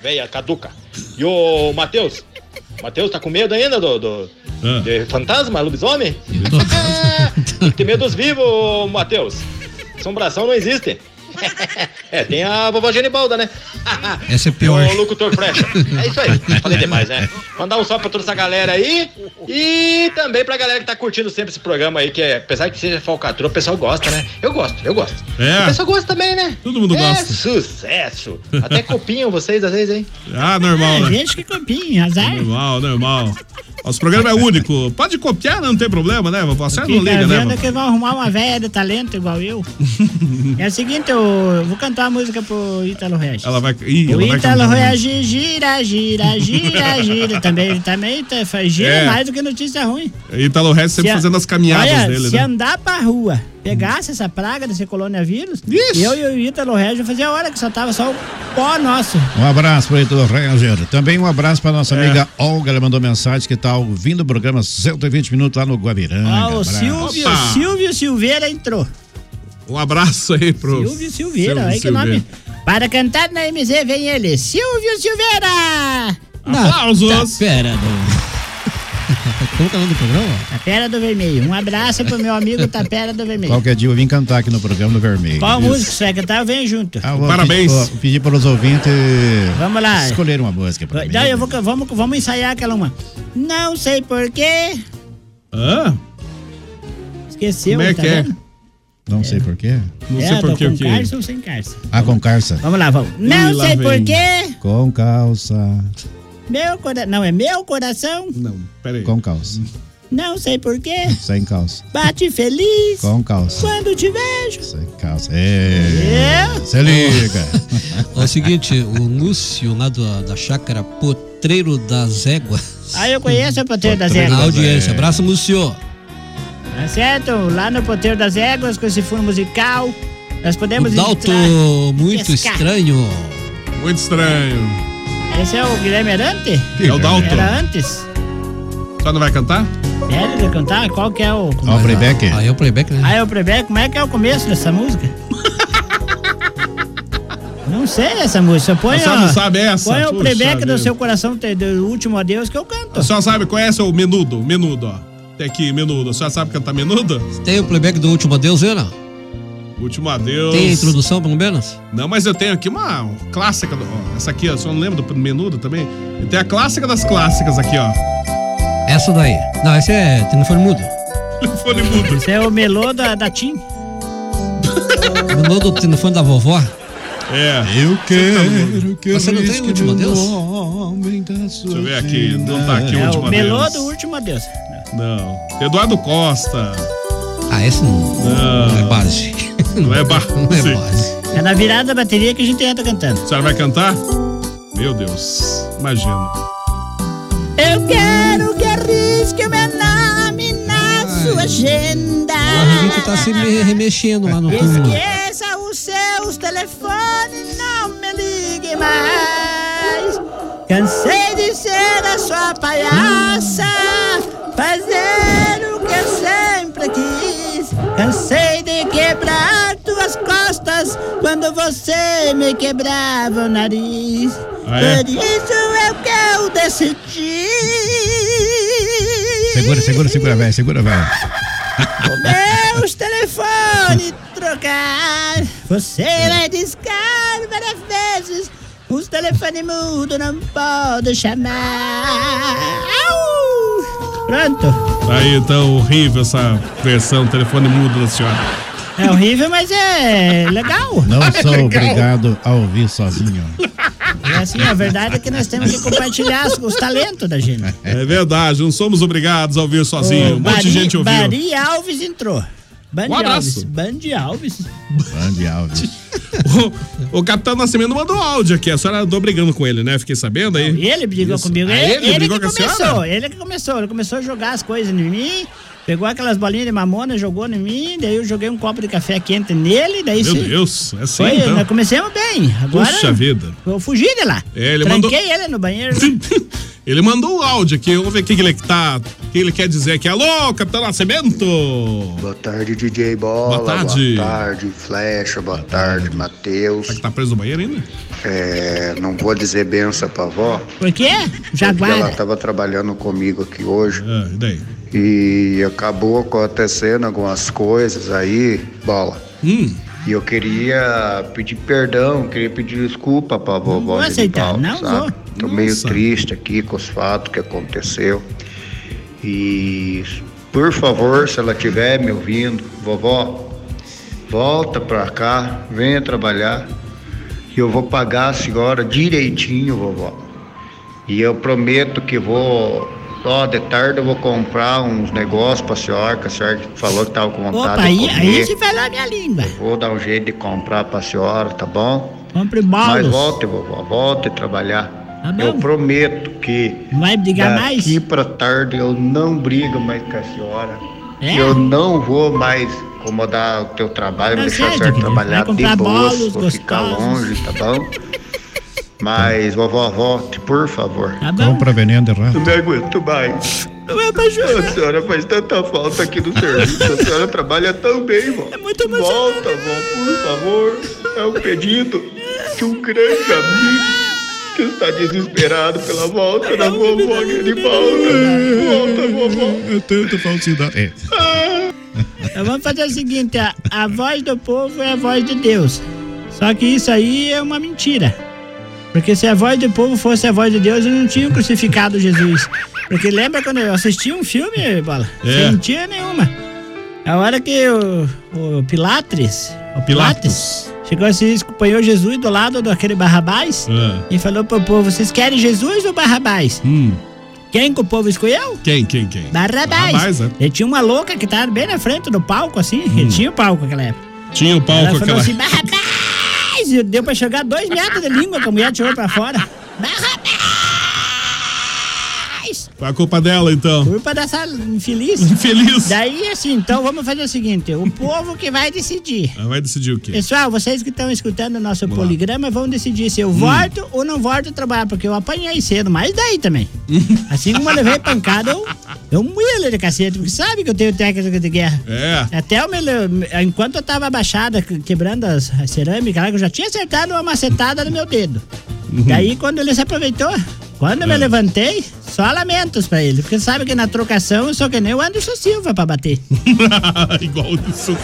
K: Véia, caduca. E ô, Matheus? Matheus, tá com medo ainda do, do- de fantasma, lobisomem? Tem que ter medo dos vivos, ô, Matheus. Assombração não existe. <laughs> É, tem a vovó Genibalda, né? <laughs>
I: Essa é pior.
K: Ô, locutor Frecha. É isso aí. Falei demais, né? Mandar um salve pra toda essa galera aí. E também pra galera que tá curtindo sempre esse programa aí, que é, apesar que seja falcatrua, o pessoal gosta, né? Eu gosto, eu gosto.
B: É.
K: O pessoal gosta também, né?
B: Todo mundo
K: é
B: gosta.
K: sucesso. Até copiam vocês às vezes, hein?
B: <laughs> Ah, normal, né?
F: que copinha, azar.
B: Normal, normal. Nosso programa é único. Pode copiar, não tem problema, né? Você não
F: Fica
B: liga, né?
F: tá vendo
B: vovó?
F: que vão arrumar uma velha de talento
B: <laughs>
F: igual eu. é o seguinte, eu vou cantar uma música pro Ítalo Regis.
B: Ela vai. Ih,
F: O
B: ela vai
F: Ítalo
B: cantar. né?
F: Regis gira, gira, gira, gira. Também, ele também tá- faz gira
B: É.
F: mais do que notícia ruim.
B: Ítalo Regis tá sempre
F: Se a-
B: fazendo as caminhadas
F: Olha,
B: dele,
F: se
B: né? Hum.
F: andar pra rua, pegasse essa praga desse coronavírus, eu e o Ítalo Regis fazia hora que só tava só o pó nosso.
H: Um abraço para Heitor Ranger. Também um abraço para nossa
K: É.
H: amiga Olga. Ela mandou mensagem que está ouvindo o programa 120 minutos lá no Guabiranga.
F: Ó, Ah, o
H: Abraço.
F: Silvio,
H: Opa!
F: Silvio Silveira entrou.
B: Um abraço aí pro.
F: Silvio Silveira, olha que
B: Silveira.
F: nome. Para cantar na MZ vem ele, Silvio Silveira! Tá,
B: Aplausos!
I: Pera,
H: <laughs>
I: Como que é o nome do programa?
F: Tapera Tá. do Vermelho. Um abraço pro meu amigo Tapera do Vermelho.
H: Qualquer dia eu vim cantar aqui no programa do Vermelho.
F: Qual
H: Isso.
F: música você vai cantar? Eu venho junto.
H: Ah, vou Pedir, vou pedir para os ouvintes
F: Vamos lá.
H: escolher uma música para mim.
F: Daí eu vou, ca- vamos, vamos ensaiar aquela uma. Não sei porquê.
B: Hã?
F: Esqueceu,
H: Como é
F: tá
H: que é?
F: vendo?
H: Não sei porquê.
F: é, tô com Carça ou sem carça?
H: Ah, com calça.
F: Vamos lá, vamos. Não sei porquê.
H: Com calça.
F: Meu coração. Não, é meu coração.
B: Não, peraí.
H: Com calça.
F: Não sei porquê.
H: Sem calça.
F: Bate feliz.
H: Com calça.
F: Quando te vejo.
H: Sem calça. É. Se
I: <laughs>
H: liga.
I: É o seguinte, o Lúcio lá do- da chácara Potreiro das Éguas.
F: Aí eu conheço o Poteiro das
I: Na
F: Éguas.
I: audiência. Abraço, Lúcio.
F: Tá certo? Lá no Poteiro das Éguas, com esse fundo musical, nós podemos
I: O Dalto,
F: entrar-
I: muito
F: pescar.
I: estranho.
B: Muito estranho.
F: Esse é o Guilherme Arante?
B: É o Dalton.
F: Era antes?
B: Só não vai cantar?
F: É, ele vai cantar? Qual que é o...
B: Ó, o playback.
I: Aí é o playback, né?
F: Ah, é o playback? Como é que é o começo
B: <laughs>
F: dessa música? Não sei essa música. Põe,
B: Você
F: ó,
B: não sabe essa?
F: Põe o
B: Puxa
F: playback
B: vida.
F: do seu coração, te- do último adeus que eu canto.
B: A senhora sabe, conhece o menudo? Menudo, ó. Tem aqui, menudo. A senhora sabe cantar menudo?
I: Tem o playback do Último Adeus, hein, não?
B: Último adeus.
I: Tem a introdução, pelo menos?
B: Não, mas eu tenho aqui uma clássica. do- ó, essa aqui, ó. Só não lembro do menudo também. Tem a clássica das clássicas aqui, ó.
I: Essa daí. Não, essa é telefone mudo.
B: Telefone mudo.
F: Esse é o melô da, da Tim.
I: Melô do telefone da vovó.
B: É.
H: Eu quero que
I: Você não tem o
H: risque
I: último
H: do
I: adeus?
H: homem da sua
B: Deixa eu ver aqui, não tá aqui o
F: é
B: último
F: o melô
B: adeus.
F: do último adeus.
B: Não. Eduardo Costa.
I: é- Ah, esse não.
B: Não.
I: É base.
B: <laughs> Não é base. Não
I: é base.
F: É na virada da bateria que a gente entra cantando.
B: A senhora vai cantar? Meu Deus. Imagina.
F: Eu quero que arrisque o meu nome na sua agenda.
I: A gente tá se me- remexendo lá no túmulo.
F: é Esqueça os seus telefones, não me ligue mais. Cansei de ser a sua palhaça, fazer o que eu sempre quis. Cansei de quebrar tuas costas quando você me quebrava o nariz.
I: Ah, é?
F: Por isso é o que eu decidi.
H: Segura, segura, segura, velho, segura, velho. <laughs>
F: Meus telefones trocar, você
H: É.
F: vai discar várias vezes. Os telefones mudos não podem chamar. Au! Pronto.
B: Aí, então, horrível essa versão telefone mudo da senhora.
F: É horrível, mas é legal.
H: Não
F: É
H: sou
F: legal.
H: obrigado a ouvir sozinho.
F: E assim, a verdade é que nós temos que compartilhar os, os talentos da gente.
B: É verdade, não somos obrigados a ouvir sozinho.
F: O
B: um monte
F: Bari-
B: de gente ouviu.
F: Bari Alves entrou. Band
B: Um
F: Alves.
B: abraço.
F: Band Alves.
H: Bande Alves.
B: <laughs> o, o Capitão Nascimento mandou áudio aqui. A senhora andou brigando com ele, né? Fiquei sabendo aí.
F: Ele brigou
B: Isso.
F: comigo.
B: Ah,
F: ele
B: ele brigou
F: que
B: com a
F: começou.
B: senhora?
F: Ele que começou. Ele começou a jogar as coisas em mim. Pegou aquelas bolinhas de mamona, jogou em mim, daí eu joguei um copo de café quente nele, daí
B: Meu
F: se-
B: Deus, é assim
F: Foi,
B: então.
F: nós começamos bem. Agora
B: Puxa vida.
F: eu fugi de lá.
B: É, ele
F: Tranquei
B: mandou-
F: ele no
B: <laughs>
F: banheiro.
B: Ele mandou um áudio aqui, vamos ver o que que ele tá. O que ele quer dizer aqui. Alô, Capitão Nascimento!
J: Boa tarde, DJ Bola.
B: Boa tarde.
J: Boa tarde, Flecha. Boa tarde, Matheus.
B: Tá preso no banheiro ainda?
J: É, não vou dizer benção pra vó,
F: Por quê?
J: porque ela
F: Jaguar.
J: estava trabalhando comigo aqui hoje.
B: Ah, e daí?
J: acabou acontecendo algumas coisas aí, Bola.
B: Hum.
J: E eu queria pedir perdão, queria pedir desculpa pra vovó.
F: vou
J: de
F: aceitar,
J: Paulo,
F: não
J: sabe?
F: vou.
J: Tô meio triste aqui com os fatos que aconteceu. E por favor, se ela estiver me ouvindo, vovó, volta pra cá, venha trabalhar. E eu vou pagar a senhora direitinho, vovó. E eu prometo que vou. Ó, de tarde eu vou comprar uns negócios pra senhora, que a senhora falou que tava com vontade
F: Opa,
J: de
F: aí,
J: comer.
F: aí se falou a minha língua.
J: Vou dar um jeito de comprar pra senhora, tá bom?
F: Compre
J: Mas
F: bolos.
J: volte, vovó, volte trabalhar.
F: Tá bom.
J: eu prometo que.
F: Não vai brigar
J: daqui pra tarde eu não brigo mais com a senhora.
F: É?
J: Eu não vou mais incomodar o teu trabalho,
F: Tá
J: vou deixar a
F: certo,
J: senhora
F: querido.
J: trabalhar
F: Vai
J: de
F: comprar
J: boa,
F: bolos
J: vou ficar
F: gostosos.
J: longe, tá bom? Mas, vovó, volte, por favor.
F: Tá
H: Compra veneno de rato.
J: Não me aguento mais.
F: Não é pra
J: A senhora faz tanta falta aqui no serviço. A senhora trabalha tão bem, vó. É muito mais Volta, vó, por favor. É um pedido de um grande amigo que está desesperado pela volta da vovó que ele volta. Volta, vovó.
H: É tanta falsidade. É.
F: Então vamos fazer o seguinte: a, a voz do povo é a voz de Deus. Só que isso aí é uma mentira. Porque se a voz do povo fosse a voz de Deus, eles não tinham crucificado Jesus. Porque lembra quando eu assisti um filme, Bola?
B: É.
F: Sem mentira nenhuma. A hora que o, o Pilatres, o Pilates, chegou assim, acompanhou Jesus do lado daquele Barrabás e falou pro povo: vocês querem Jesus ou Barrabás? Quem que o povo escolheu?
B: Quem, quem, quem?
F: Barrabás.
B: Barrabás, é.
F: Ele tinha uma louca que tava bem na frente do palco, assim. Ele tinha o palco naquela época.
B: Tinha o
F: Ela
B: Hum. palco
F: falou
B: aquela.
F: assim, Barrabás! E deu pra chegar dois metros de língua que a mulher tirou pra fora. Barrabás!
B: Foi a culpa dela, então.
F: Culpa dessa infeliz.
B: Infeliz.
F: Daí, assim, então vamos fazer o seguinte. O povo que vai decidir.
B: Ela vai decidir o quê?
F: Pessoal, vocês que estão escutando o nosso poligrama vão decidir se eu
B: Hum.
F: volto ou não volto a trabalhar, porque eu apanhei cedo, mas
B: <laughs>
F: daí também. assim como eu levei pancada, eu, eu moílo de cacete, porque sabe que eu tenho técnica de guerra.
B: É.
F: Até eu me, le- enquanto eu tava abaixada, que- quebrando as, a cerâmica lá, que eu já tinha acertado uma macetada no meu dedo.
B: Uhum.
F: Daí, quando ele se aproveitou, quando
B: Ah.
F: eu me levantei, só lamentos pra ele. Porque sabe que na trocação eu sou que nem o Anderson Silva pra bater.
B: <laughs> Igual o seu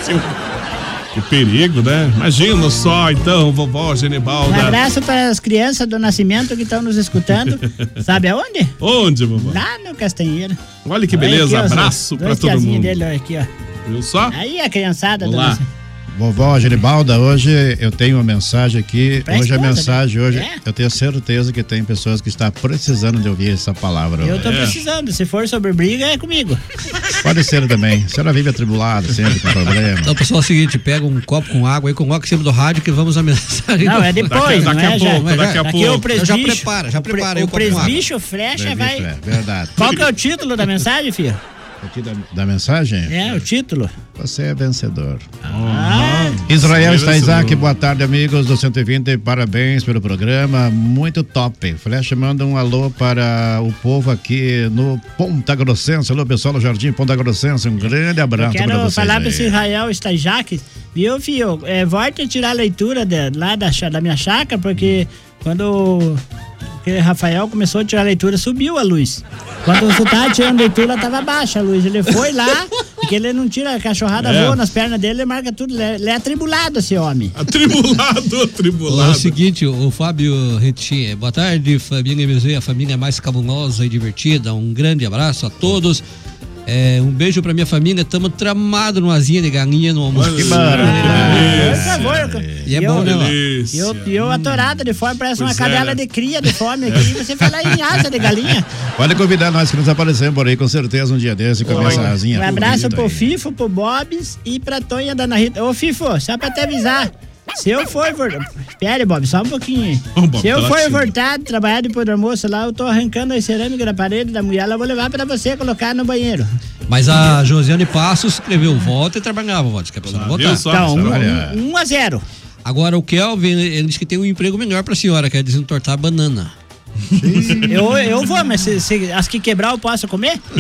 B: Que perigo, né? Imagina só, então, vovó Genebalda.
F: Um abraço para as crianças do Nascimento que estão nos
B: <laughs>
F: escutando. Sabe aonde?
B: Onde, vovó?
F: Lá no Castanheiro.
B: Olha que beleza,
F: Olha aqui, ó,
B: abraço
F: dois
B: pra todo
F: piazinhos
B: mundo.
F: dele, olha aqui, ó.
B: Viu só?
F: Aí a criançada do Nascimento.
H: Vovó Geribalda, hoje eu tenho uma mensagem aqui.
F: Pra
H: hoje a
F: esposa,
H: mensagem,
F: né?
H: hoje
F: É.
H: eu tenho certeza que tem pessoas que estão precisando de ouvir essa palavra.
F: Eu
B: É.
F: tô
H: hoje.
F: precisando. Se for sobre briga, é
B: <laughs>
F: comigo.
H: Pode ser também. A senhora vive atribulada, sempre com problema.
I: Então, pessoal, é o seguinte, pega um copo com água e coloca em cima do rádio que vamos a mensagem.
F: Não,
I: do-
F: é depois, não é? já. Aqui o
I: Então
F: presbicho,
I: Já prepara, já
F: o pre-
I: prepara aí
F: O
I: o copo com
F: <laughs>
I: água.
F: presbicho frecha
H: Previ-
F: vai...
H: é, verdade.
F: Qual que é o título da mensagem, filho?
H: Aqui da, da mensagem?
F: É, o título.
H: Você é vencedor.
F: Ah,
H: Israel
F: Você
H: está
F: é
H: Isaac, boa tarde, amigos do 120. Parabéns pelo programa, muito top. Flash manda um alô para o povo aqui no Ponta Grossense. Alô, pessoal do Jardim Ponta Grossense. Um grande
F: Eu
H: abraço para
F: quero
H: vocês.
F: falar pra
H: aí.
F: esse Israel Stajac, viu, filho? É, volte a tirar a leitura de- lá da, cha- da minha chácara, porque quando o que Rafael começou a tirar a leitura, subiu a luz. Quando você tava tirando a leitura, tava baixa a luz. Ele foi lá, porque ele não tira a cachorrada,
B: É.
F: voa nas pernas dele, ele marca tudo. Ele é, ele é atribulado, esse homem.
I: Ah,
B: Atribulado,
I: Olá, é o
B: atribulado.
I: seguinte, o Fábio Retinha. Boa tarde, família MZ, a família mais cabulosa e divertida. Um grande abraço a todos. É, um beijo pra minha família. Tamo tramado no asinha de galinha no almoço.
H: Que maravilha.
F: Por favor,
I: E é bom, né?
F: E eu, e eu atorado de fome, parece uma cadela de cria de
H: <laughs>
F: fome aqui. Você fala em asa de galinha.
H: Pode convidar nós que nos aparecemos por aí, com certeza, um dia desse, com a
F: Olha,
H: mensazinha.
F: Um abraço pro Fifo, pro Bobs e pra Tonha da Ana Rita. Ô, Fifo, só pra te avisar. Se eu for. Vor... Espere, Bob, só um pouquinho.
B: Ô, Bob,
F: se eu
B: tá
F: for
B: latindo.
F: voltado, trabalhar depois do almoço lá, eu tô arrancando a cerâmica da parede da mulher, ela eu vou levar pra você colocar no banheiro.
I: Mas a Josiane Passos escreveu volta e trabalhava, volta. Que a pessoa não
B: Lá, viu
I: votar.
B: só? Então, um- Olha.
I: 1 a 0. Agora o Kelvin, ele ele disse que tem um emprego melhor pra senhora, que é desentortar banana.
F: Eu, eu vou, mas se, se- as que quebrar eu posso comer?
H: <laughs>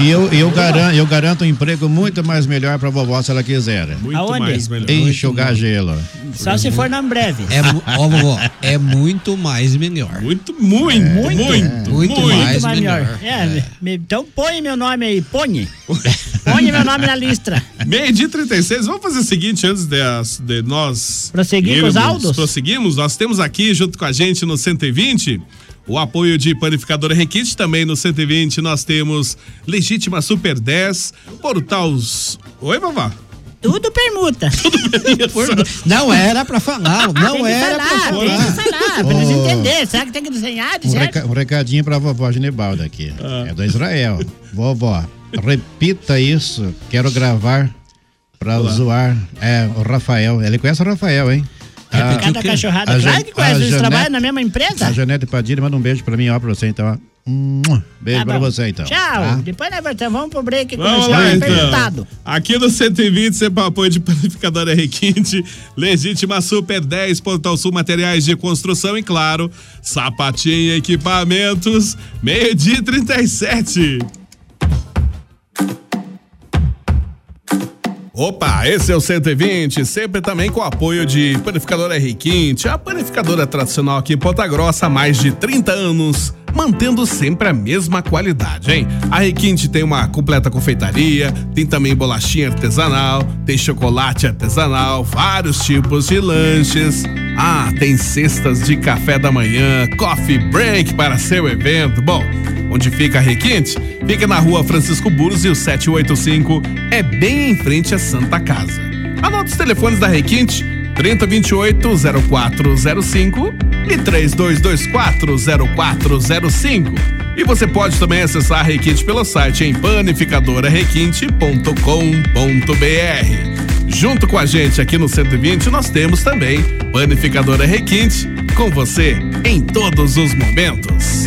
H: E eu, eu, garan- eu garanto um emprego muito mais melhor pra vovó se ela quiser.
F: Muito Aonde? mais melhor.
H: Enxugar gelo.
F: Só se for na breve.
I: É, mu- ó, vovó, é muito mais melhor.
B: Muito, muito,
F: É, muito,
I: É,
F: né?
I: muito, mais, melhor.
F: É, me- então põe meu nome aí, põe. Põe meu nome na listra.
B: Meio dia 36, vamos fazer o seguinte antes de, as- de nós.
F: Prosseguir com os
B: irmos-
F: áudios?
B: Prosseguimos, nós temos aqui junto com a gente no 120. O apoio de Panificadora Requinte também no 120 nós temos Legítima Super 10, Portals. Oi, vovó.
F: Tudo permuta.
I: Não era pra falar,
F: Tem
I: não
F: que
I: era pra
F: falar,
I: falar.
F: tem que falar, pra eles
H: Ô.
F: entenderem. Será que tem que desenhar É de
H: Um,
F: certo?
H: reca- um recadinho pra vovó Ginebalda aqui. É da Israel. vovó, repita isso. Quero gravar pra
F: Olá.
H: zoar. É, o Rafael. Ele conhece o Rafael, hein?
F: Repetir o quê? cachorrada. Claro
H: Jan-
F: que conhece,
H: Ah, a
F: eles
H: Janete-
F: trabalham na mesma empresa.
H: A Janete Padilha manda um beijo pra mim, ó, pra você então. ó. Mua. Beijo
F: Tá
H: pra
F: bom.
H: você então.
F: Tchau.
H: Tá?
F: Depois nós voltamos. Vamos pro break
B: Vamos
F: comercial
B: lá, então.
F: permutado.
B: Aqui no 120, sempre apoio de <laughs> Panificadora Requinte, Legítima Super 10, Portal Sul Materiais de Construção e, claro, Sapatinho Equipamentos, meio-dia e 37. Opa, esse é o 120, sempre também com o apoio de Panificadora Requinte, a panificadora tradicional aqui em Ponta Grossa há mais de 30 anos, mantendo sempre a mesma qualidade, hein? A Requinte tem uma completa confeitaria, tem também bolachinha artesanal, tem chocolate artesanal, vários tipos de lanches. Ah, tem cestas de café da manhã, coffee break para seu evento. Bom, Onde fica a Requinte? Fica na rua Francisco Burros e o 785 é bem em frente à Santa Casa. Anota os telefones da Requinte 3028-0405 e 3224-0405. E você pode também acessar a Requinte pelo site em panificadorarequinte.com.br. Junto com a gente aqui no 120, nós temos também Panificadora Requinte, com você em todos os momentos.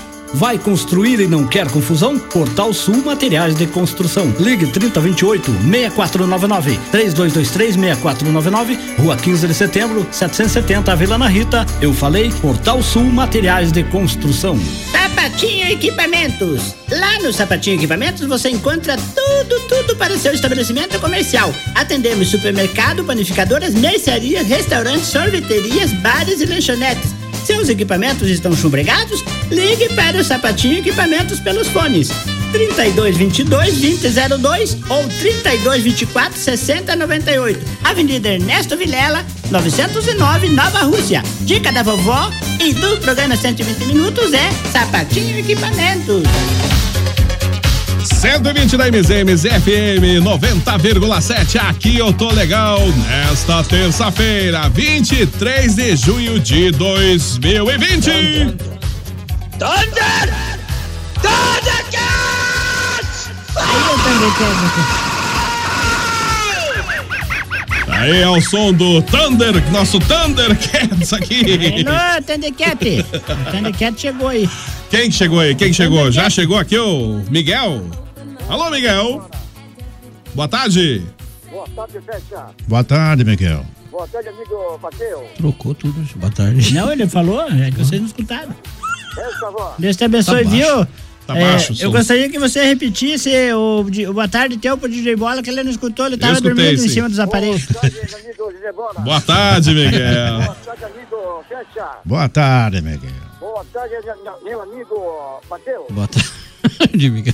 L: Vai construir e não quer confusão? Portal Sul Materiais de Construção. Ligue 3028 6499 3223 6499, Rua 15 de Setembro, 770, Vila Ana Rita. Eu falei Portal Sul Materiais de Construção.
M: Sapatinho Equipamentos. Lá no Sapatinho Equipamentos você encontra tudo, tudo para o seu estabelecimento comercial. Atendemos supermercado, panificadoras, mercearias, restaurantes, sorveterias, bares e lanchonetes. Seus equipamentos estão chumbregados? Ligue para o Sapatinho Equipamentos pelos fones 3222 2002 ou 3224 6098. Avenida Ernesto Vilela, 909, Nova Rússia. Dica da vovó e do programa 120 Minutos é Sapatinho
I: <laughs>
M: Equipamentos.
B: 120 da MZMZ FM 90,7. Aqui eu tô legal. Nesta terça-feira, 23 de junho de 2020.
E: Thunder!
B: Aí é o som do Thunder, nosso Thundercats
F: É
B: aqui. <laughs>
F: Alô, Thundercat. Thundercat chegou aí.
B: Quem que chegou aí? Quem que chegou? Já chegou aqui o Miguel? Alô, Miguel. Boa tarde.
N: Boa tarde, Fecha.
H: Boa tarde, Miguel.
N: Boa tarde, amigo Pateu.
I: Trocou tudo, boa tarde.
F: Não, ele falou, é que vocês não escutaram.
N: Essa avó.
F: Deus te abençoe,
I: Tá baixo.
F: viu? É,
I: Tá baixo o som.
F: eu gostaria que você repetisse o, de- o boa tarde teu pro DJ Bola, que ele não escutou, ele tava
B: escutei,
F: dormindo em
B: sim.
F: cima dos aparelhos.
B: Boa tarde, Miguel.
F: <laughs>
N: Boa tarde, amigo Fecha.
H: Boa tarde, Miguel.
N: Boa tarde, meu- meu amigo Pateu.
I: Boa tarde, Miguel.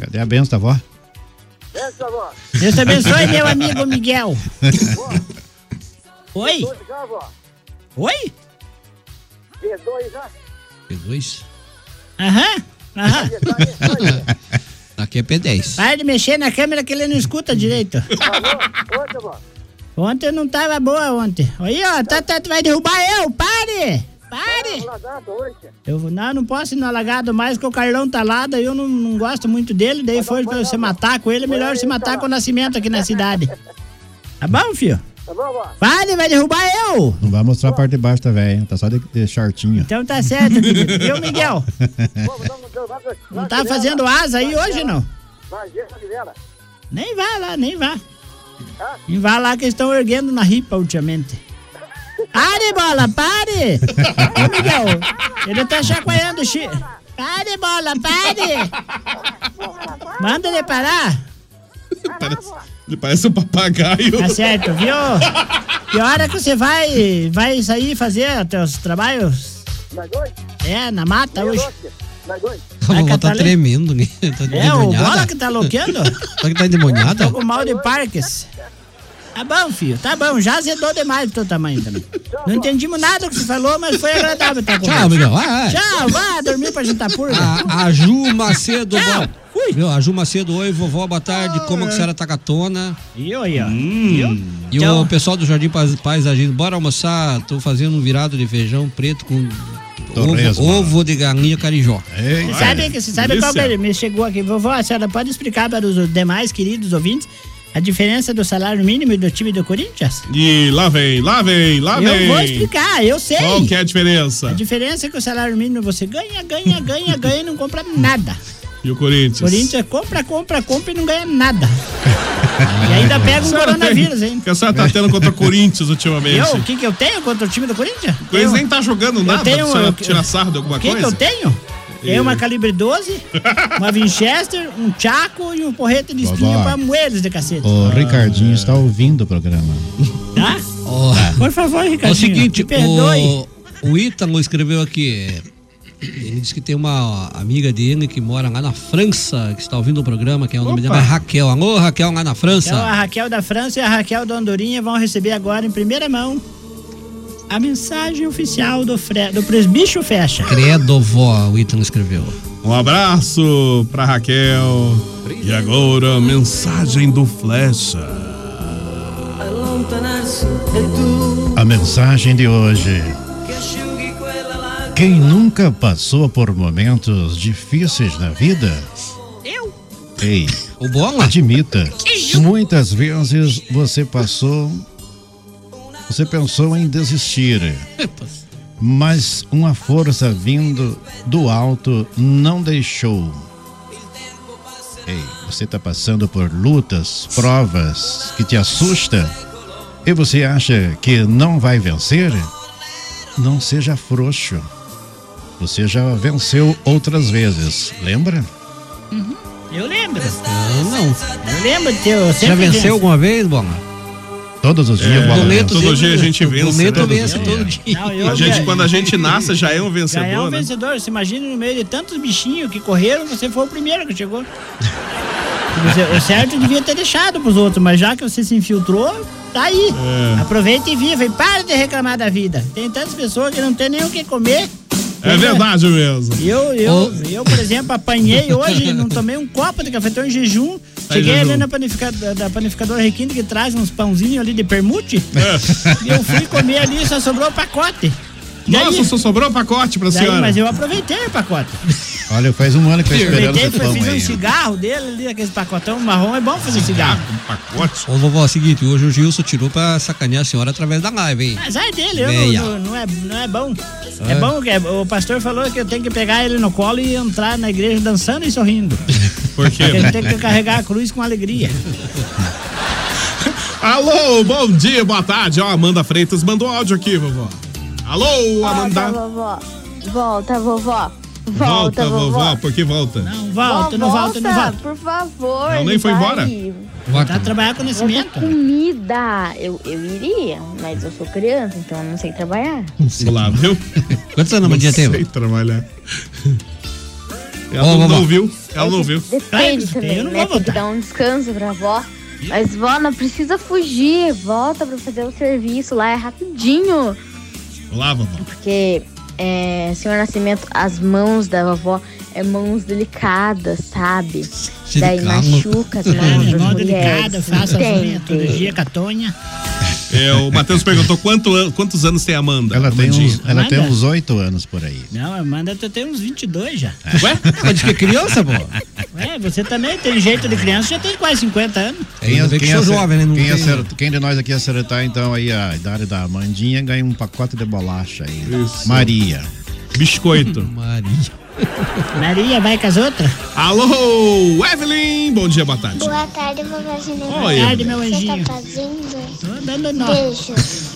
H: Cadê a benção da vó?
N: Essa avó.
F: Deus te abençoe, meu amigo Miguel.
I: <laughs>
F: Oi?
N: P2 já, avó.
F: Oi?
N: né? P2 já.
I: P2?
F: Aham, aham.
I: Aqui é P10.
F: Para de mexer na câmera que ele não escuta direito. Ontem eu não tava boa ontem. Aí, ó, tá, tá, tu vai derrubar eu, pare! Pare! Eu vou- não, não posso ir no alagado mais, porque o Carlão tá lá, daí eu não, não gosto muito dele, daí foi pra você matar com ele, é melhor se matar com o nascimento aqui na cidade. Tá bom, filho?
N: Tá bom, vó?
F: Pare, vai derrubar eu!
H: Não vai mostrar a parte de baixo da velha, tá só de, de shortinho.
F: Então tá certo, querido. Viu, Miguel? Não tá fazendo asa aí hoje, não?
N: Imagina, Livela.
F: Nem vá lá, nem vá. Nem vá lá que eles estão erguendo na ripa ultimamente. Pare, bola, pare! Ô, Miguel, ele tá chacoalhando o chi... Pare, bola, pare! Manda ele parar.
B: Parece, ele parece um papagaio.
F: Tá certo, viu? Que hora que você vai, vai sair fazer os teus trabalhos? É, na mata hoje.
I: A vovó tá
F: Catalina.
I: tremendo, né? Tá
F: É, o
I: endemoniada.
F: bola que tá louqueando?
I: Tá que tá endemoniada?
F: Tô com mal de Parkes. Tá bom, filho. Tá bom. Já azedou demais do teu tamanho também. Não entendimos nada que você falou, mas foi agradável. Tá bom?
I: Tchau, Miguel. Vai, vai. Ah,
F: Tchau, vá dormir pra juntar purga.
I: A, a Ju Macedo.
F: Ah,
I: Boa, Viu? A Ju Macedo, oi, vovó, boa tarde. Como que a senhora tá gatona?
F: é. E aí, ó.
I: Hum. E o pessoal do Jardim Pais- Paisagismo, bora almoçar. Tô fazendo um virado de feijão preto com ovo,
H: Torresmo.
I: ovo de galinha carijó.
F: Você sabe, que- você sabe qual que é ele me chegou aqui? Vovó, a senhora pode explicar para os demais queridos ouvintes a diferença do salário mínimo do time do Corinthians?
B: <laughs> E lá vem, lá vem, lá
F: eu
B: vem.
F: vou explicar, eu sei.
B: Qual que é a diferença?
F: A diferença é que o salário mínimo você ganha, ganha, ganha, ganha e não compra nada.
B: E o Corinthians?
F: Corinthians compra, compra, compra e não ganha nada.
B: <laughs>
F: E ainda pega um coronavírus, hein?
B: O que a senhora tá tendo contra o Corinthians ultimamente?
F: Eu, o que que eu tenho contra o time do Corinthians?
B: Eles
F: Eu-
B: nem tá jogando
F: eu
B: nada pra
F: tenho-
B: senhora
F: eu-
B: tirar sarro de alguma
F: O que que
B: coisa?
F: eu tenho? Tenho uma calibre 12, uma Winchester, um Chaco e um porrete de espinho
H: Vovó.
F: pra moedas de cacete.
H: O Ricardinho está ouvindo o
F: <laughs>
H: programa.
F: Tá? Por favor, Ricardinho.
I: É o seguinte,
F: me perdoe.
I: o, o Ítalo escreveu aqui. é, Ele disse que tem uma amiga dele que mora lá na França, que está ouvindo o programa, que é o nome
F: Opa.
I: dela é Raquel. Alô, Raquel, lá na
F: Então a
I: França.
F: Raquel da França e a Raquel da Andorinha vão receber agora em primeira mão a mensagem oficial do, fre... do Presbicho Fecha.
I: Credo, vó, o Ítalo escreveu.
B: Um abraço pra Raquel. E agora, mensagem do Flecha.
H: A mensagem de hoje. Quem nunca passou por momentos difíceis na vida? Eu? Ei.
I: O Bola?
H: Admita. Muitas vezes você passou. Você pensou em desistir. Mas uma força vindo do alto não deixou. Ei, você está passando por lutas, provas que te assusta e você acha que não vai vencer? Não seja frouxo. Você já venceu outras vezes, lembra?
F: Eu lembro.
I: Eu não.
F: Eu lembro de ter. eu
I: Já
F: sempre venço.
I: venceu alguma vez, Bola?
H: Todos os
B: dias, Bola
I: Boleto,
B: vence. É. Todo dia a gente vence,
I: Boleto
B: né?
I: vence
B: Todo
I: todo
B: dia.
I: dia.
F: Não, eu-
B: a gente, quando a gente nasce, já é um
F: Já
B: vencedor,
F: é um
B: né?
F: vencedor. Você imagina no meio de tantos bichinhos que correram, você foi o primeiro que chegou. Você- o certo devia ter deixado pros outros, mas já que você se infiltrou, tá aí.
B: É.
F: Aproveita e viva e para de reclamar da vida. Tem tantas pessoas que não tem nem o que comer.
B: <laughs> É verdade mesmo.
F: Eu, eu, eu, por exemplo,
B: <laughs>
F: apanhei hoje, não tomei um copo de cafetão em
B: Tá
F: jejum.
B: em
F: Cheguei
B: jejum.
F: ali na panificadora, da panificadora Requinte que traz uns pãozinhos ali de permute. E eu fui comer ali e só sobrou o pacote. E
B: Nossa,
F: aí?
B: só sobrou pacote pra
F: Daí,
B: senhora.
F: mas eu aproveitei
B: <laughs>
F: o pacote.
H: Olha, faz um ano que eu tô esperando
F: Aproveitei,
H: esse
F: fui-
H: pão
F: fiz um
H: aí.
F: cigarro dele ali, aquele pacotão marrom. É bom fazer cigarro.
B: Um
I: Ô, vovó, é o seguinte, hoje o Gilson tirou pra sacanear a senhora através da live, hein?
F: Mas é dele, eu
I: Meia.
F: não, não- não é, não é bom. É
I: É.
F: bom que é- o pastor falou que eu tenho que pegar ele no colo e entrar na igreja dançando e sorrindo.
B: <laughs> Por quê?
F: Porque ele tem que carregar a cruz com alegria.
B: Alô, bom dia, boa tarde. Ó, Amanda Freitas mandou áudio aqui, vovó. Alô,
O: Volta,
B: Amanda.
O: vovó. Volta, vovó.
B: Volta,
O: Volta,
B: vovó, por que volta?
F: Volta, não volta, não volta.
O: Por favor.
B: Não, nem foi
O: vai.
B: embora?
F: Tá trabalhar com
O: Volta
F: conhecimento.
O: comida. Eu, eu iria, mas eu sou criança, então eu não sei trabalhar.
B: Olá, viu?
I: Quantos anos a Mandinha
B: Não
I: teve?
B: sei trabalhar. Ela
I: Ô,
B: não,
I: vovó.
B: ouviu, ela não ouviu.
O: Depende também, né? Tem que dar um descanso pra vó. Mas vó, não precisa fugir. Volta pra fazer o serviço lá, é rapidinho.
B: Olá, vovó.
O: Porque é, Senhor Nascimento, as mãos da vovó é mãos delicadas, sabe? Daí
F: Delicado.
O: machuca as
F: É
O: mãos das
F: Mão
O: mulheres.
F: delicada, faço as unhas
O: Entende?
F: todo dia com a Tonha.
B: É, o Matheus perguntou quanto an- quantos anos tem a Amanda?
H: Ela tem
B: Amandinha?
H: uns- ela tem
F: Amanda?
H: uns oito anos por aí.
F: Não, Amanda, tu tem uns 22 já.
H: Ué? Mas diz que é criança, pô.
F: Ué, você também tem jeito de criança, já tem quase 50 anos.
B: É
H: Quem,
I: Ainda bem que
H: quem,
I: sou
H: acer-
I: jovem, né? Não
H: quem
I: tem-
H: acer- quem de nós aqui acertar, então, aí a idade da Amandinha ganha um pacote de bolacha aí. Maria. <laughs>
B: Biscoito.
I: Maria.
F: Maria, vai com as outras?
B: Alô, Evelyn! Bom dia, boa
H: <laughs>
B: tarde.
P: Boa tarde, vovó Geneva.
B: Boa tarde,
F: meu anjinho.
P: Você tá fazendo?
F: Tô dando nó.
P: Beijos.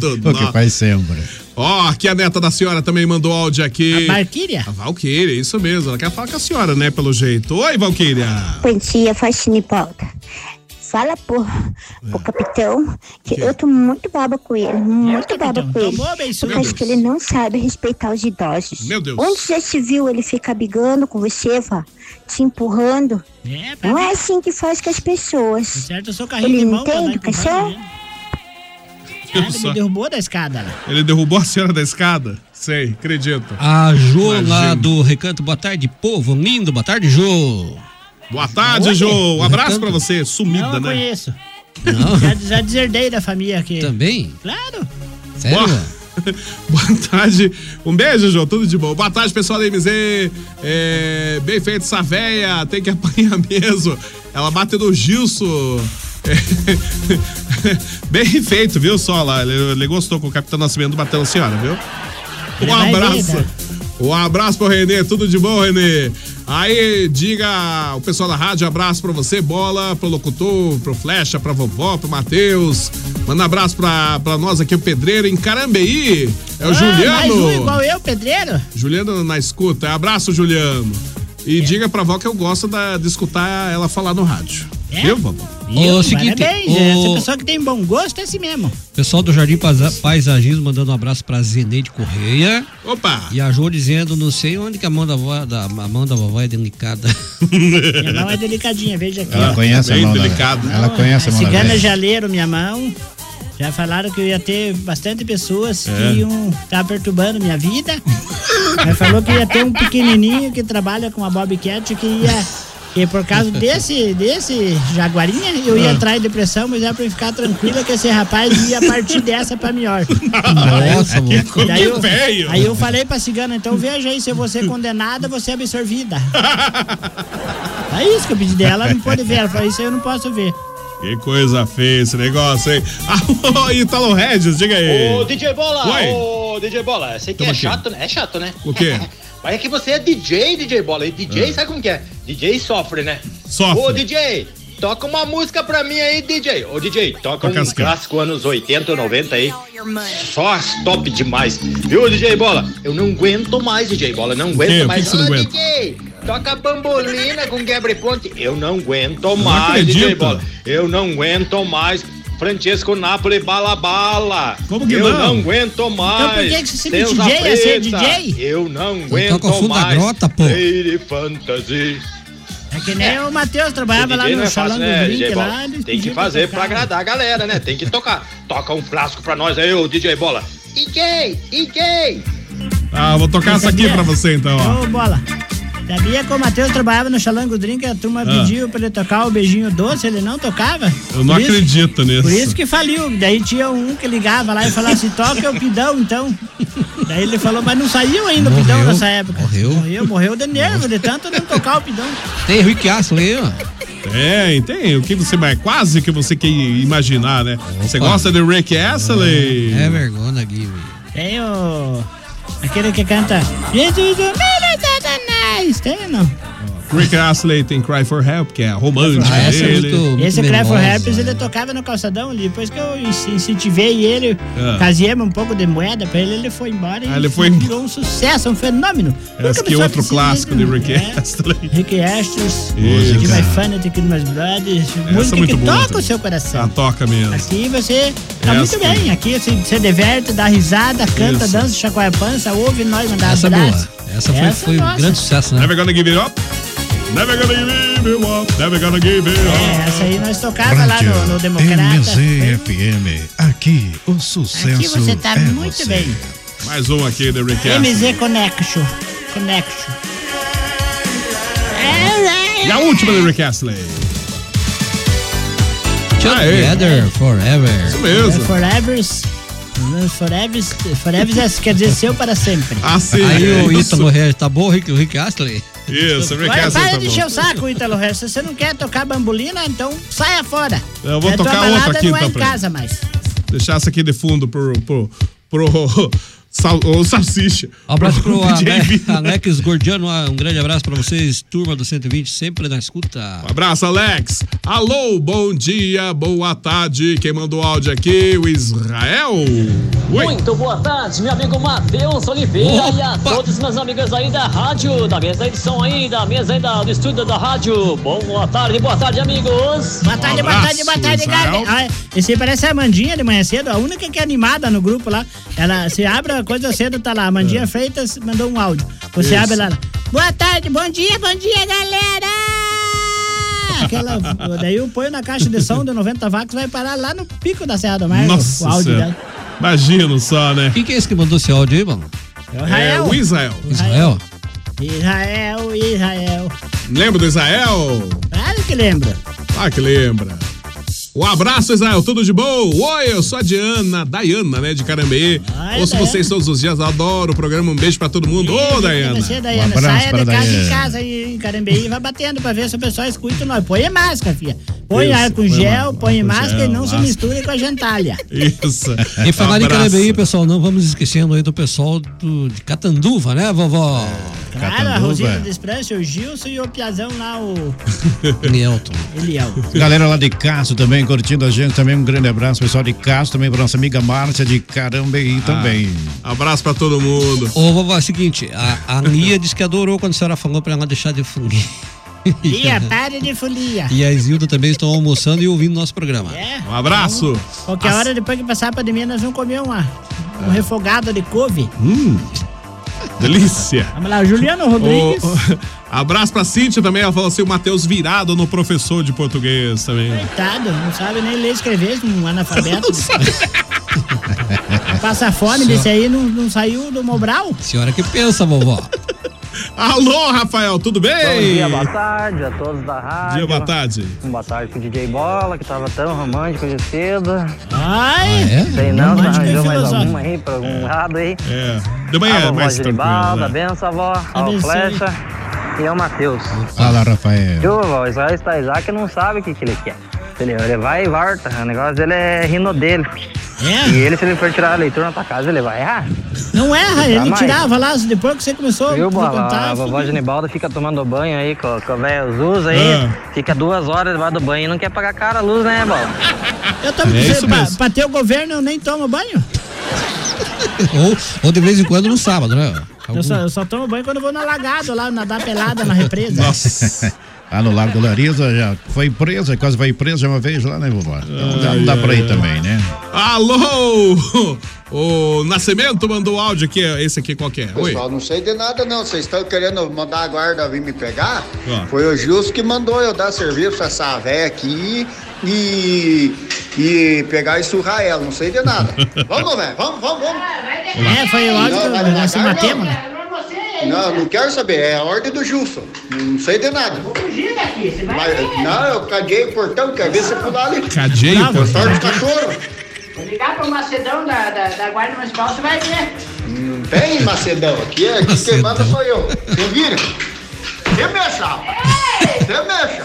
B: Dando
H: O que
B: nó.
H: faz sempre.
B: Ó, aqui a neta da senhora também mandou áudio aqui.
P: A Valquíria?
B: A Valquíria, isso mesmo. Ela quer falar com a senhora, né, pelo jeito. Oi, Valquíria.
Q: Bom dia, faxina e pauta. Fala pro,
F: É.
Q: pro capitão que eu tô muito baba com ele, muito baba com ele.
F: Tomou, beiçuda.
Q: Eu acho que ele não sabe respeitar os idosos.
F: Meu Deus.
Q: Onde já se viu ele ficar brigando com você, vó? Te empurrando?
F: É, Tá
Q: não é assim que faz com as pessoas.
F: certo, eu sou carrinho
Q: ele
F: de
Q: não
F: mão,
Q: tem
F: tá lá
Q: educação?
B: Eu
F: Ele
B: só-
F: me derrubou da escada lá.
B: Ele derrubou a senhora da escada? Sei, acredito.
I: A Jô lá
B: Imagino.
I: do Recanto, boa tarde, povo lindo, boa tarde, Jô.
B: Boa tarde,
I: Oi.
B: Jô. Um abraço
I: Recanto.
B: pra você. Sumida,
F: Não, eu
B: né?
F: conheço. Já, já deserdei da família aqui.
I: Também?
F: Claro.
B: Boa, <laughs> Boa tarde. Um beijo, João. Tudo de bom. Boa tarde, pessoal da MZ. É, Bem feito essa véia. Tem que <laughs> apanhar mesmo. Ela bate no Gilson. É. <laughs> Bem feito, viu, Sola? Ele, ele gostou com o Capitão Nascimento batendo a senhora, viu?
E: Ele
B: Um
E: vai ver,
B: abraço.
E: né?
B: Um abraço pro Renê, tudo de bom, Renê? Aí, diga o pessoal da rádio, abraço pra você, bola, pro locutor, pro Flecha, pra vovó, pro Matheus. Manda abraço pra, pra nós aqui, o Pedreiro, em Carambeí. É o
F: Ah, Mais um
B: Juliano.
F: igual eu, pedreiro?
B: Juliano na escuta. Abraço, Juliano.
F: É.
B: E diga pra vó que eu gosto da- de escutar ela falar no rádio.
F: É?
B: Viu, vovó?
I: Ô, seguinte,
F: Parabéns,
I: ô-
F: essa pessoa que tem bom gosto é assim mesmo.
I: Pessoal do Jardim Paisa- Paisagismo mandando um abraço pra Zeneide Correia.
B: Opa!
I: E a Jô dizendo, não sei onde que a mão da, vó, da, a mão da vovó é delicada.
F: <laughs> Minha mão é delicadinha, veja aqui.
I: Ela
F: ó.
I: conhece a
B: Bem
I: mão da-
B: delicado.
I: ela conhece a mão da
F: Cigana
I: velha.
F: já leram minha mão. Já falaram que eu ia ter bastante pessoas
B: É.
F: que iam estar perturbando minha vida. Mas falou que ia ter um pequenininho que trabalha com a Bobcat que ia... Que por causa desse, desse jaguarinha, eu ia
I: Ah.
F: entrar em depressão, mas era pra eu ficar tranquila que esse rapaz ia partir dessa pra melhor.
I: Nossa,
F: Daí
I: mano.
F: eu- Aí eu, falei pra cigana, então veja aí, se você é condenada, você é absorvida. é isso que eu pedi dela, ela não pôde ver. Ela falou, isso aí eu não posso ver.
B: Que coisa feia esse negócio, hein? <laughs> Alô, Italo Regis, diga aí.
K: Ô, DJ Bola!
B: Oi.
K: Ô, DJ Bola, eu sei que
B: Tamo
K: é
B: aqui.
K: chato, né? É chato, né?
B: O quê?
K: Mas é que você é DJ, DJ Bola. E DJ,
B: Ah.
K: sabe como que é? DJ sofre, né?
B: Sofre.
K: Ô, DJ, toca uma música pra mim aí, DJ. Ô, DJ, toca,
B: Toca
K: <laughs> um
B: as can-
K: clássico anos 80, 90
I: <laughs>
K: aí. Só as top demais. Viu, DJ Bola? Eu não aguento mais, DJ Bola. Não
B: quê? O que
K: aguento mais. um,
B: que você não
K: Ô,
B: aguenta?
K: DJ, toca bambolina com quebra e ponte. Eu não aguento
B: Não
K: mais, DJ
B: acredito.
K: Bola. Eu não aguento mais. Francesco Napoli bala bala.
B: Como que
K: Eu
B: não?
K: não aguento mais.
B: Então por que que você se
K: Deusa
B: DJ é ser
F: tá?
K: preta,
B: DJ?
K: Eu não
B: Então
I: toca o
K: aguento
I: fundo da
K: mais.
I: grota, pô.
K: Lady Fantasy.
F: É que nem o Matheus trabalhava
K: Ser
F: lá
K: DJ não
F: no
K: é fácil,
F: salão
K: né,
F: do drink
K: DJ
F: lá.
K: Bola?
F: eles
K: Tem que
F: pediam pra
K: fazer
F: tocar.
K: pra agradar a galera, né? Tem que tocar. Toca um frasco pra nós aí, ô DJ Bola. DJ, DJ.
B: Ah, vou tocar essa aqui pra você então, ó.
F: Ô, bola. Sabia que o Matheus trabalhava no Xalango Drink, a turma
B: Ah.
F: pediu pra ele tocar o beijinho doce, ele não tocava?
B: Eu não
F: Por isso-
B: acredito nisso.
F: Por isso que faliu. Daí tinha um que ligava lá e falava assim: toca o pidão, então. Daí ele falou, mas não saiu ainda o pidão
I: Morreu,
F: nessa época.
I: morreu.
F: Morreu, morreu de nervo, de tanto não tocar o pidão.
I: Tem Rick Astley aí, ó.
B: Tem, tem. O que você vai. Quase que você quer imaginar, né? Você gosta de Rick Astley?
I: É vergonha, Gui.
F: Tem o. Aquele que canta Jesus, o menino Satanás. Tem ou não?
B: Rick Astley tem Cry for Help, que é a romântica
I: Ah, essa é
B: dele.
I: muito- muito
F: Esse Clever Rappers,
B: né?
F: ele tocava no calçadão ali. Depois que eu in- incentivei ele,
B: Ah.
F: fazemos um pouco de moeda pra ele, ele foi embora e
B: Ah, ele foi
F: virou um sucesso, um fenômeno.
B: Esse que é outro clássico de Rick Astley.
F: Rick Astley,
B: Isso.
F: Take My Fun, Take It My Blood, música
B: é muito
F: que
B: boa
F: toca
B: também.
F: o seu coração.
B: Ah, toca mesmo.
F: Aqui você tá
B: Essa
F: muito bem, aqui você, você diverte, dá risada, canta,
B: Isso.
F: dança, chacoalha a pança, ouve nós mandar
I: Essa é
F: abraço.
I: boa. Essa foi, foi um
F: nossa.
I: grande sucesso, né?
B: Never gonna give it up. Never gonna give it up. Never gonna give it up.
F: É, essa aí nós tocava lá no, no Democrata.
R: MZFM, aqui o sucesso
F: Aqui você tá
R: é
F: muito
R: você.
F: bem.
B: Mais um aqui do Recast.
F: MZ Connection. Connection.
B: E a última do Recastley.
I: Together forever.
B: Isso
F: É
B: mesmo.
F: Forever. é Forever, forever é, quer dizer seu para sempre.
B: Ah,
I: Aí o Ítalo Reis, tá bom, Rick, o Rick Astley?
B: Isso, o tá
F: Olha, para de encher o saco, Ítalo Reis. Se você não quer tocar bambolina, então saia fora.
B: Eu vou
F: É, tua
B: tocar outra
F: balada
B: aqui,
F: não é
B: então,
F: em
B: pra ele.
F: casa mais.
B: Deixar essa aqui de fundo pro. pro. pro. <laughs> sal- o salsicha.
I: Um abraço
B: <laughs>
I: pro
B: DJ
I: Ale-
B: Vina.
I: <laughs> Alex Gordiano, um grande abraço pra vocês, turma do 120, sempre na escuta.
B: Um abraço, Alex. Alô, bom dia, boa tarde. Quem mandou áudio aqui? O Israel. Oi.
S: Muito boa tarde, meu amigo Matheus Oliveira
B: Opa!
S: e a todos os meus amigos aí da rádio, da mesa edição aí, da mesa aí da, do estúdio da rádio. Bom, boa tarde, boa tarde, amigos.
F: Boa tarde, boa tarde, boa tarde, galera. Ah, Esse aí parece a Mandinha de manhã cedo, a única que é animada no grupo lá. Ela se abre a coisa cedo, tá lá. A Mandinha
B: É.
F: Freitas mandou um áudio. Você
M: Isso.
F: abre lá. Boa tarde, bom dia, bom dia, galera! ah, Aquela, daí eu ponho na caixa de som de 90 vacas, vai parar lá no pico da Serra do Mar. o
B: Nossa
F: áudio
B: Senhora.
F: dela.
B: Imagino só, né?
I: Quem que é esse que mandou esse áudio aí, mano?
B: É o Israel.
I: Israel?
F: Israel, Israel.
B: Lembra do Israel?
F: Claro que lembra.
B: Ah, que lembra. Um abraço, Israel. Tudo de bom? Oi, eu sou a Diana, Dayana, né, de Carambeí. Ouço
F: Daiane.
B: vocês todos os dias, adoro o programa. Um beijo pra todo mundo. Ô, Dayana. Um
F: Você, Daiana,
H: Um
F: saia de casa em casa aí em Carambeí e vai batendo pra ver se o pessoal escuta nós. Põe a máscara, filha. Põe
B: Isso,
F: álcool
B: põe
F: gel,
B: álcool
F: põe
B: gel,
F: máscara e não
B: máscara.
F: se misture com a gentalha.
B: Isso.
I: E falar em
B: É, Abraço.
F: é
I: Carabeí, pessoal, não vamos esquecendo aí do pessoal do, de Catanduva, né, vovó?
B: É,
F: Claro, a Rosita
B: Um
F: Desprancha, o Gilson e o Piazão lá, o
I: Nelton.
B: <laughs>
F: Eliel.
H: Galera lá de Castro também curtindo a gente também. Um grande abraço, pessoal de Castro, também pra nossa amiga Márcia de Carambeí também.
B: Ah, Abraço pra todo mundo.
I: Ô, vovó, é o seguinte, a, a Nia disse que adorou quando a senhora falou pra ela deixar de fungir. <laughs>
F: Dia, pare de folia.
I: E a Isilda também estão almoçando e ouvindo nosso programa.
F: É?
B: Um abraço.
F: Qualquer hora, depois que passar a pandemia, nós vamos comer uma,
B: Ah.
F: um refogado de couve.
B: Hum, delícia.
F: Vamos lá, o Juliano Rodrigues.
B: Ô, ô, abraço pra Cíntia também. Ela falou assim: o Matheus virado no professor de português também.
F: Coitado, não sabe nem ler e escrever,
T: <laughs>
F: um analfabeto. Passa fome desse aí, não, não saiu do Mobral?
I: Senhora que pensa, vovó.
B: Alô, Rafael, tudo bem?
T: Bom dia, boa tarde a todos da rádio.
B: Dia, boa tarde.
T: Boa tarde pro DJ Bola, que tava tão romântico de cedo.
F: Ai!
T: é? Sei não,
B: Romântico
T: se
B: e
T: arranjou mais
B: filosófico.
T: alguma aí, pra algum lado aí.
B: É, de manhã
T: a
B: é
T: vovó
B: mais tranquilo,
T: Giribalda,
B: né?
T: benção, avó, ao
B: Abençoe.
T: Flecha e ao Matheus.
H: Fala, Rafael.
T: Viu, vovó? O Israel está Isaac não sabe o que, que ele quer. Ele, ele vai e volta, o negócio dele é rino dele. E ele, se ele for tirar a leitura na tua casa, ele vai errar.
F: Não erra, ele
T: Tá mais.
F: tirava lá, depois que você começou
T: Viu,
F: a
T: bola?
F: contar.
T: A vovó Genibalda fica tomando banho aí com, com a velha Zuz aí.
B: Ah.
T: Fica duas horas debaixo do banho e não quer pagar cara a luz, né, bola?
F: Eu tava
T: É
F: dizendo,
T: isso
F: pra,
T: mesmo.
F: pra ter o governo eu nem tomo banho.
I: ou, ou de vez em quando no sábado, né? Algum-
H: Tá
F: Eu só, eu só tomo banho quando eu vou no alagado lá, nadar pelada
H: <laughs>
F: na represa.
H: Nossa. <laughs> Lá no Largo da Larisa já foi presa, quase foi presa uma vez lá, né, vovó? Então já não dá
B: Ai,
H: pra ir
B: ai,
H: também, né?
B: Alô! <laughs> O Nascimento mandou áudio aqui, esse aqui qual que é? Oi.
U: Pessoal, não sei de nada não. Vocês estão querendo mandar a guarda vir me pegar?
B: Ó.
U: Foi o Gilson que mandou eu dar serviço a essa véia aqui e, e pegar e surrar ela. Não sei de nada. vamos, velho. Vamos, vamos, vamos.
F: É, foi o áudio
U: Não,
F: do
U: vai me
F: nós se
U: largar,
F: matemos,
U: não.
F: né?
U: Não, não quero saber. É a ordem do Gilson. Não sei de nada. Vou fugir daqui. Você vai não, eu caguei o portão. Quer ver você pular ali?
B: Caguei o
U: Bravo,
B: portão.
U: eu torço o cachorro.
M: Ligar pro Macedão da, da, da Guarda Municipal, você vai ver.
U: Não tem macedão aqui. é- Aqui quem manda sou eu. Você vira? Você mexe, rapaz. Você mexe.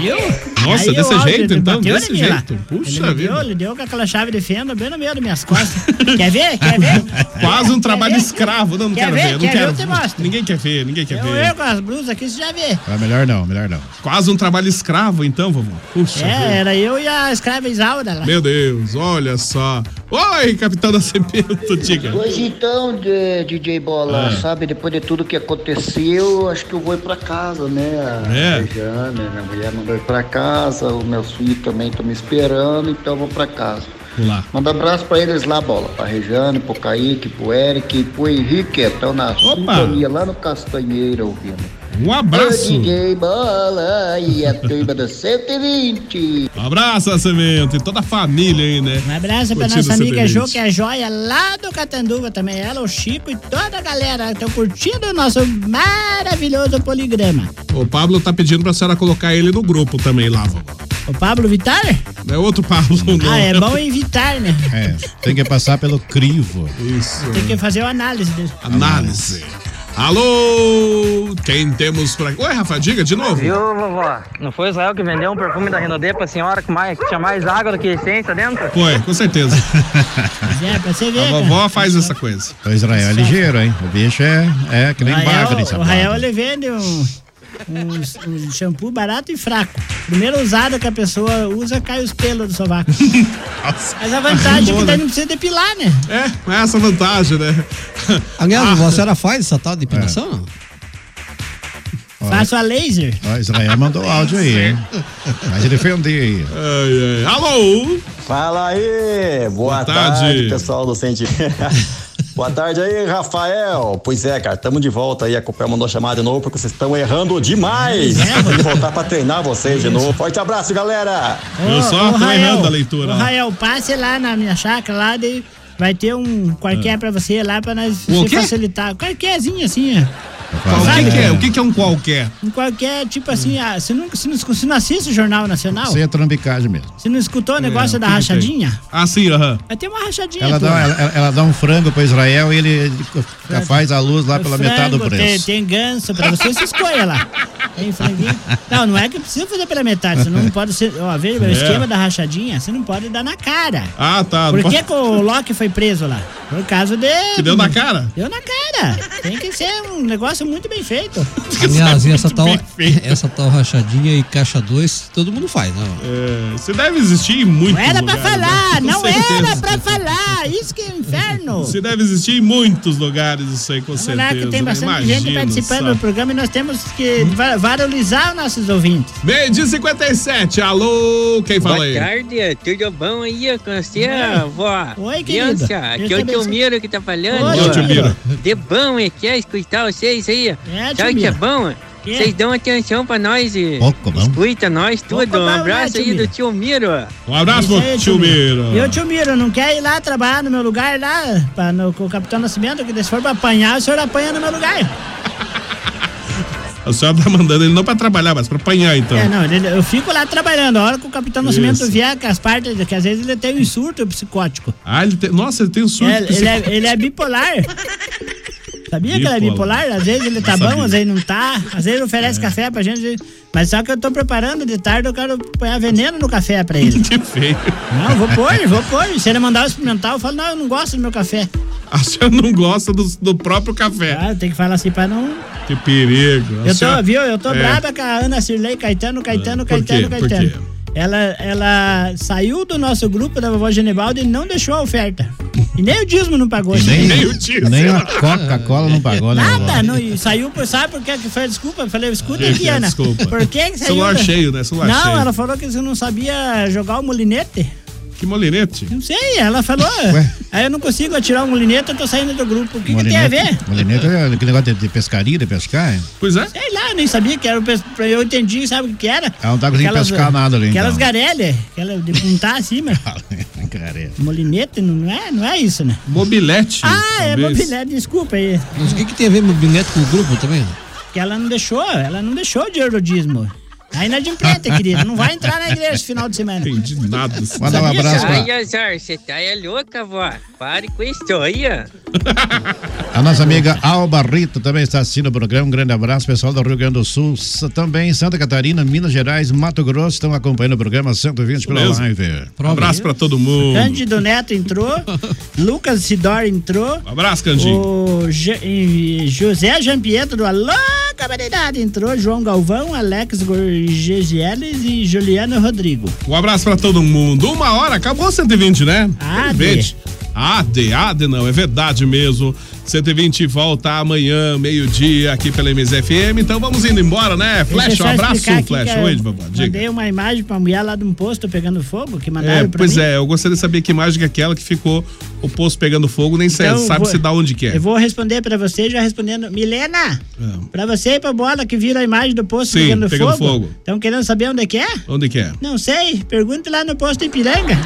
F: Viu?
B: Nossa,
F: Aí
B: desse
F: o áudio
B: jeito,
F: ele
B: então,
F: bateu,
B: desse
F: ele me lá.
B: jeito. Puxa
F: ele me Deu,
B: vida.
F: ele deu com aquela chave de fenda bem no meio das
B: <laughs>
F: minhas costas. quer ver?
H: <laughs>
F: Quer ver?
B: Quase um trabalho escravo. Não, não
F: Quer
B: quero
F: ver?
B: ver, não
F: Quer ver?
B: quero.
F: Eu te mostro.
B: Ninguém quer ver, ninguém quer
F: Eu,
B: ver.
F: eu com as blusas aqui, você já vê.
H: Ah, melhor não, melhor não.
B: Quase um trabalho escravo, então, vovó. Puxa.
F: É,
B: vida.
F: era eu e a escrava Isaura lá.
B: Meu Deus, olha só. Oi, capitão Nascimento,
F: <laughs>
B: diga.
N: Hoje então, de- DJ Bola,
B: Ah.
N: sabe, depois de tudo que aconteceu, acho que eu vou ir pra casa, né? A
U: É.
N: Jana, minha mulher mandou ir pra casa, os meus filhos também estão me esperando, então eu vou pra casa.
B: Lá.
N: Manda abraço pra eles lá, bola. Pra Rejane, pro é, Kaique, pro Eric, pro Henrique, estão na sintonia lá no Castanheira ouvindo.
B: Um abraço.
N: O DJ Bola e a turma do 120.
B: Um abraço, Nascimento, e toda a família aí, né?
F: Um abraço pra nossa amiga Jo, que é joia lá do Catanduva também. Ela, o Chico e toda a galera estão curtindo o nosso maravilhoso poligrama.
B: O Pablo tá pedindo pra senhora colocar ele no grupo também lá, vó.
F: O Pablo Vittar?
B: É outro Pablo, não.
F: Ah, é
B: <laughs>
F: bom evitar, né?
H: É, tem que passar pelo crivo.
B: Isso.
F: Tem que fazer o análise dele.
B: Análise. Alô, quem temos por aqui? Oi, Rafa, diga de novo.
T: Viu, vovó? Não foi Israel que vendeu um perfume da Renaudet pra senhora que, mais, que tinha mais água do que essência dentro?
B: Foi, com
V: <laughs>
B: certeza.
F: É, pra você ver.
B: Ah. A vovó faz essa coisa.
H: O Israel é ligeiro, hein? O bicho é, é que nem bagre,
F: O
H: sabe?
F: Rael ele vende um, um- um shampoo barato e fraco. Primeira usada que a pessoa usa, cai os pelos
H: <laughs>
F: do sovaco. Mas a vantagem é que
B: Arrumou,
F: daí
B: né?
F: não precisa depilar, né?
B: É, é essa vantagem, né? Ah. É.
I: Aliás, vovó, a senhora faz essa tal de depilação? não?
F: Faço a é laser.
H: Ó, Israel mandou áudio aí, hein? Mas ele ofendeu aí.
B: Alô!
W: Fala aí! É, Boa,
H: Boa tarde.
W: tarde. pessoal do Centro. <laughs> Boa tarde aí, Rafael. Pois é, cara, estamos de volta aí. A Copel mandou chamar de novo porque vocês estão errando demais. Tem que voltar pra treinar vocês de novo. Forte abraço, galera.
F: Ô, ô, Rael, Ô,
W: né?
F: Rael, passe lá na minha chácara lá, daí vai ter um
H: É.
F: qualquer pra você lá pra nós
B: O
F: você
B: quê?
F: facilitar. Qualquerzinho assim, ó.
B: Qual- O que, que é? O que, que é um qualquer?
F: Um qualquer, tipo assim, ah, você, não, você, não, escu- você não assiste o Jornal Nacional?
H: Sem a trambicagem mesmo.
F: Você não escutou o
H: É,
F: negócio
H: o
F: da
H: que que tem?
F: rachadinha?
B: Ah, sim, aham.
F: Vai ter uma rachadinha.
H: Ela
F: pô.
H: dá, ela, ela dá um frango pra Israel e ele, ele faz a luz lá pela
F: É. Frango,
H: metade do
F: Tem,
H: preço.
F: tem ganso pra você, você
H: <laughs>
F: escolha lá. Tem franguinho. Não, não é que precisa fazer pela metade. Você não pode ser. Ó, veja o
B: É.
F: esquema da rachadinha, você não pode dar na cara.
B: Ah, tá.
F: Por
B: Não
F: que,
B: pode-
F: que o Loki foi preso lá? Por causa dele.
B: Que deu na cara?
F: Deu na cara. Tem que ser um negócio muito bem feito.
I: Aliás, e assim, essa tal, <laughs> essa tal rachadinha e caixa 2, todo mundo faz, né?
B: É, você deve existir em muitos
F: Não era pra
B: lugares, né?
F: falar,
B: Com
F: não
B: certeza.
F: era pra falar. Isso que é
B: <laughs>
F: inferno.
B: Você deve existir em muitos lugares, isso aí, com certeza.
F: Será É que tem
B: né?
F: bastante gente
B: Imagino,
F: participando
B: sabe?
F: do programa e nós temos que va- valorizar os nossos ouvintes.
B: Meio dia 57, alô, quem fala
V: Boa
B: aí?
V: tarde, é tudo bom aí com você, vó?
F: Oi,
V: Criança,
B: querida.
V: Aqui
B: Eu
V: é o
B: também
V: tio
B: sou-
V: Miro que tá falando.
B: Ô, tio Miro.
V: De bom é que é escutar vocês aí.
F: É,
V: Sabe
F: tio
V: o que é
F: Miro.
V: bom?
F: Que?
V: Vocês dão atenção pra nós e
H: Pouco bom.
V: escuta nós tudo.
F: bom,
V: um
F: né,
V: abraço
F: tio
V: aí
F: Miro?
V: do tio Miro.
B: Um abraço,
F: Isso aí,
B: tio Miro.
F: E o tio Miro, não quer ir lá trabalhar no meu lugar lá, pra, no, com o Capitão Nascimento, que se for pra apanhar, o senhor apanha no meu lugar.
B: A senhora tá mandando ele não pra trabalhar, mas pra apanhar, então.
F: É, não, ele- eu fico lá trabalhando. A hora que o Capitão Nascimento
B: Isso.
F: vier com as partes, que às vezes ele tem um insurto psicótico.
B: Ah, ele tem... Nossa, ele tem um surto.
F: É, ele,
B: psicótico.
F: é, ele é bipolar. Sabia que ele
B: Bipolar.
F: é bipolar? Às vezes ele tá
B: Não
F: bom,
B: sabia. É.
F: às vezes não tá. Às vezes ele oferece café pra gente. Mas só que eu tô preparando de tarde, eu quero pôr veneno no café
B: <laughs>
F: pra ele.
B: Que feio.
F: Não, vou pôr, vou pôr. Se ele mandar eu experimentar, eu falo, não, eu não gosto do meu café.
B: A <laughs> senhora não gosta do, do próprio café.
F: Ah, tem que falar assim pra não.
B: Que perigo. A
F: Eu tô,
B: senhora-
F: viu? Eu tô
B: É.
F: brava com a Ana Cirlei, Caetano, Caetano,
B: Por quê?
F: Caetano,
B: Por
F: Caetano.
B: quê?
F: Ela, ela saiu do nosso grupo da vovó Genebaldo e não deixou a oferta. E nem o dízimo não pagou.
H: Nem,
F: gente.
H: nem uma Coca-Cola não pagou, né?
F: Nada, não, e saiu por. Sabe por que que foi? Desculpa, eu falei, escuta
H: É,
F: aqui,
H: é,
F: Ana.
H: desculpa.
F: Por que que saiu?
B: Celular
F: da-
B: cheio, né? Celular
F: não,
B: cheio.
F: ela falou que você não sabia jogar o molinete.
B: Que molinete?
F: Não sei, ela falou. Aí eu não consigo atirar o molinete, eu tô saindo do grupo. O que,
H: Um
F: que tem a ver?
H: Molinete é aquele negócio de, de pescaria, de pescar. hein?
B: Pois é.
F: Sei lá, eu nem sabia que era. o pes- Eu entendi, sabe o que que era?
H: Ah, não tá conseguindo pescar nada ali,
F: Aquelas
H: então.
F: garelhas, aquelas de puntar acima.
H: Cara, é.
F: Molinete não é, não é isso, né?
B: Mobilete.
F: Ah, é
I: talvez.
F: mobilete, desculpa aí.
I: Mas o que, que tem a ver mobilete com o grupo também?
F: Que ela não deixou, ela não deixou de erodismo. Aí não adianta, querida. Não vai entrar na igreja esse final de semana.
B: Entendi nada.
V: assim.
F: Manda um abraço pra-
V: Ai, azar, você tá é louca, vó. Pare com isso aí, ó.
H: A nossa amiga Alba Rito também está assistindo o programa. Um grande abraço, pessoal do Rio Grande do Sul, sa- também Santa Catarina, Minas Gerais, Mato Grosso estão acompanhando o programa 120 pela
B: mesmo.
H: live.
B: Um abraço pra todo mundo. <laughs>
F: Cândido Neto entrou, Lucas Sidor entrou.
B: Um abraço, Candinho.
F: O Je- e José Jampietro do Alô Cabaridade entrou, João Galvão, Alex Gorgegieles e Juliano Rodrigo.
B: Um abraço pra todo mundo. Uma hora, acabou 120, né?
F: Ah,
B: 120. AD, AD não, é verdade mesmo. 120 volta amanhã, meio-dia, aqui pela MZFM. Então vamos indo embora, né? Flash, um
F: Deixa eu só
B: abraço,
F: explicar aqui
B: Flash.
F: que eu
B: Oi, babá, diga.
F: Mandei uma imagem pra mulher lá de um posto pegando fogo, que mandaram
B: É,
F: pra
B: pois
F: mim.
B: é, eu gostaria de saber que imagem que é aquela que ficou o poço pegando fogo, nem
F: Então,
B: sabe
F: vou-
B: se dá onde que é.
F: Eu vou responder pra você, já respondendo. Milena,
B: É.
F: pra você e pra bola que viram a imagem do posto
B: Sim,
F: pegando,
B: pegando
F: fogo.
B: fogo.
F: Estão querendo saber onde é que é?
B: Onde que é?
F: Não sei, pergunte lá no posto Ipiranga.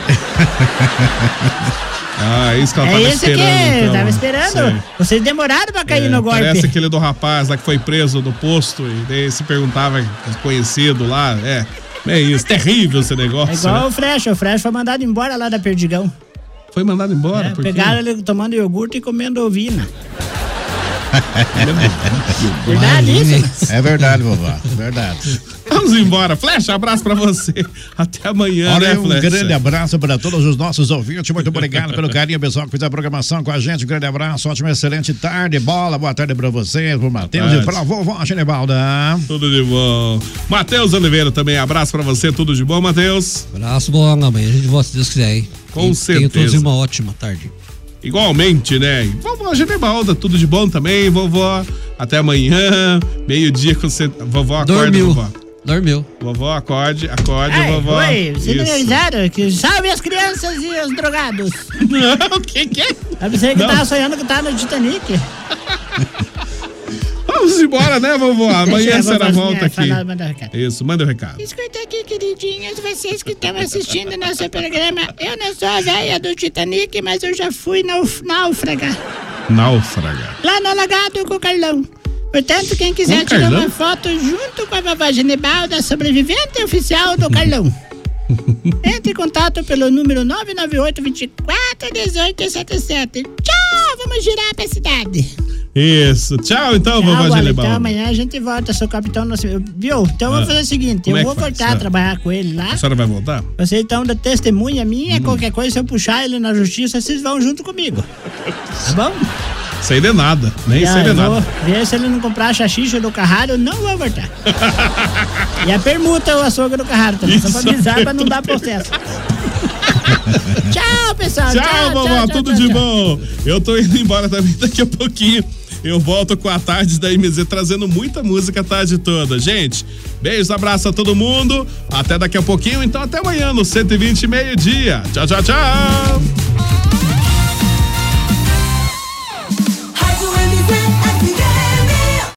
B: Ah, isso que ela
F: é
B: tava
F: isso que
B: esperando.
F: eu
B: então.
F: tava esperando.
B: Sei.
F: Vocês demoraram pra cair
B: É,
F: no golpe.
B: Parece aquele do rapaz lá que foi preso do posto e daí se perguntava, conhecido lá. É, é isso, terrível esse negócio.
F: É igual
B: né?
F: o Fresh, o Fresh foi mandado embora lá da Perdigão. É,
B: Foi mandado embora? por quê?
F: pegaram ele tomando iogurte e comendo ovina.
B: Verdade
F: isso?
H: É verdade, vovó. Verdade.
B: Vamos embora. Flecha, abraço pra você. Até amanhã,
H: Olha,
B: né,
H: um
B: Flecha?
H: grande abraço para todos os nossos ouvintes. Muito obrigado pelo carinho, pessoal, que fez a programação com a gente. Um grande abraço, ótima, excelente tarde. Bola, boa tarde para vocês, pro Matheus e
B: tarde.
H: pra vovó Genevalda.
B: Tudo de bom. Matheus Oliveira também, abraço pra você. Tudo de bom, Matheus?
I: Abraço, bola. Amanhã a gente volta, se Deus quiser, hein?
B: Com
I: Tenham
B: certeza.
I: todos uma ótima tarde.
B: Igualmente, né? E Vovó Genebalda, tudo de bom também, vovó. Até amanhã, meio-dia com você. Vovó, acorda,
I: Dormiu.
B: vovó.
I: Dormiu.
B: Vovó, acorde, acorde,
F: Ai,
B: vovó.
F: Oi, vocês não
B: Isso.
F: avisaram que salve as crianças e os drogados.
B: <laughs> Não, o que que é?
F: Eu pensei que
B: Não.
F: tava sonhando que tava no Titanic.
B: Vamos embora, né, vovó?
F: Deixa
B: Amanhã
F: eu
B: será
F: fazer
B: volta
F: minha-
B: aqui.
F: falar, mandar recado.
B: Isso, manda o recado.
M: Escuta aqui, queridinhos, vocês que estão assistindo nosso programa. Eu não sou a velha do Titanic, mas eu já fui nauf náufraga.
B: Náufraga.
M: Lá no alagado com o Carlão. Portanto, quem
B: Com
M: quiser
B: o
M: tirar
B: Carlão?
M: uma foto junto com a vovó Genibalda, sobrevivente oficial do
B: <laughs>
M: Carlão. Entre em contato pelo número 998 24 18 77. Tchau, vamos girar pra cidade.
B: Isso. Tchau, então,
F: Tchau,
B: vovó
F: Bola,
B: Genebalda.
F: Então amanhã a gente volta, sou capitão nacional. Viu? Então
B: Ah,
F: vamos fazer o seguinte:
B: como é
F: eu
B: que
F: vou
B: faz?
F: voltar a
B: Ah.
F: trabalhar com ele lá.
B: A senhora vai voltar?
F: Vocês estão da testemunha minha,
B: Hum.
F: qualquer coisa, se eu puxar ele na justiça, vocês vão junto
B: <laughs>
F: comigo. Tá bom?
B: Sei de nada. Nem
F: Ah,
B: sei de
F: eu vou
B: nada.
F: Ver se ele não comprar a xaxixa do Carraro, eu não
B: <laughs>
F: vou voltar. e a permuta o açougue do Carraro também, só
B: Isso
F: pra avisar
B: mesmo.
F: pra não dar processo. <laughs> tchau, pessoal.
B: Tchau, vovó.
F: tchau,
B: tudo
F: tchau,
B: de
F: tchau.
B: bom. Eu tô indo embora também <laughs> daqui a pouquinho. Eu volto com a tarde da MZ trazendo muita música a tarde toda. Gente, beijos, abraço a todo mundo. Até daqui a pouquinho, então até amanhã no 120 meio-dia. Tchau, tchau, tchau.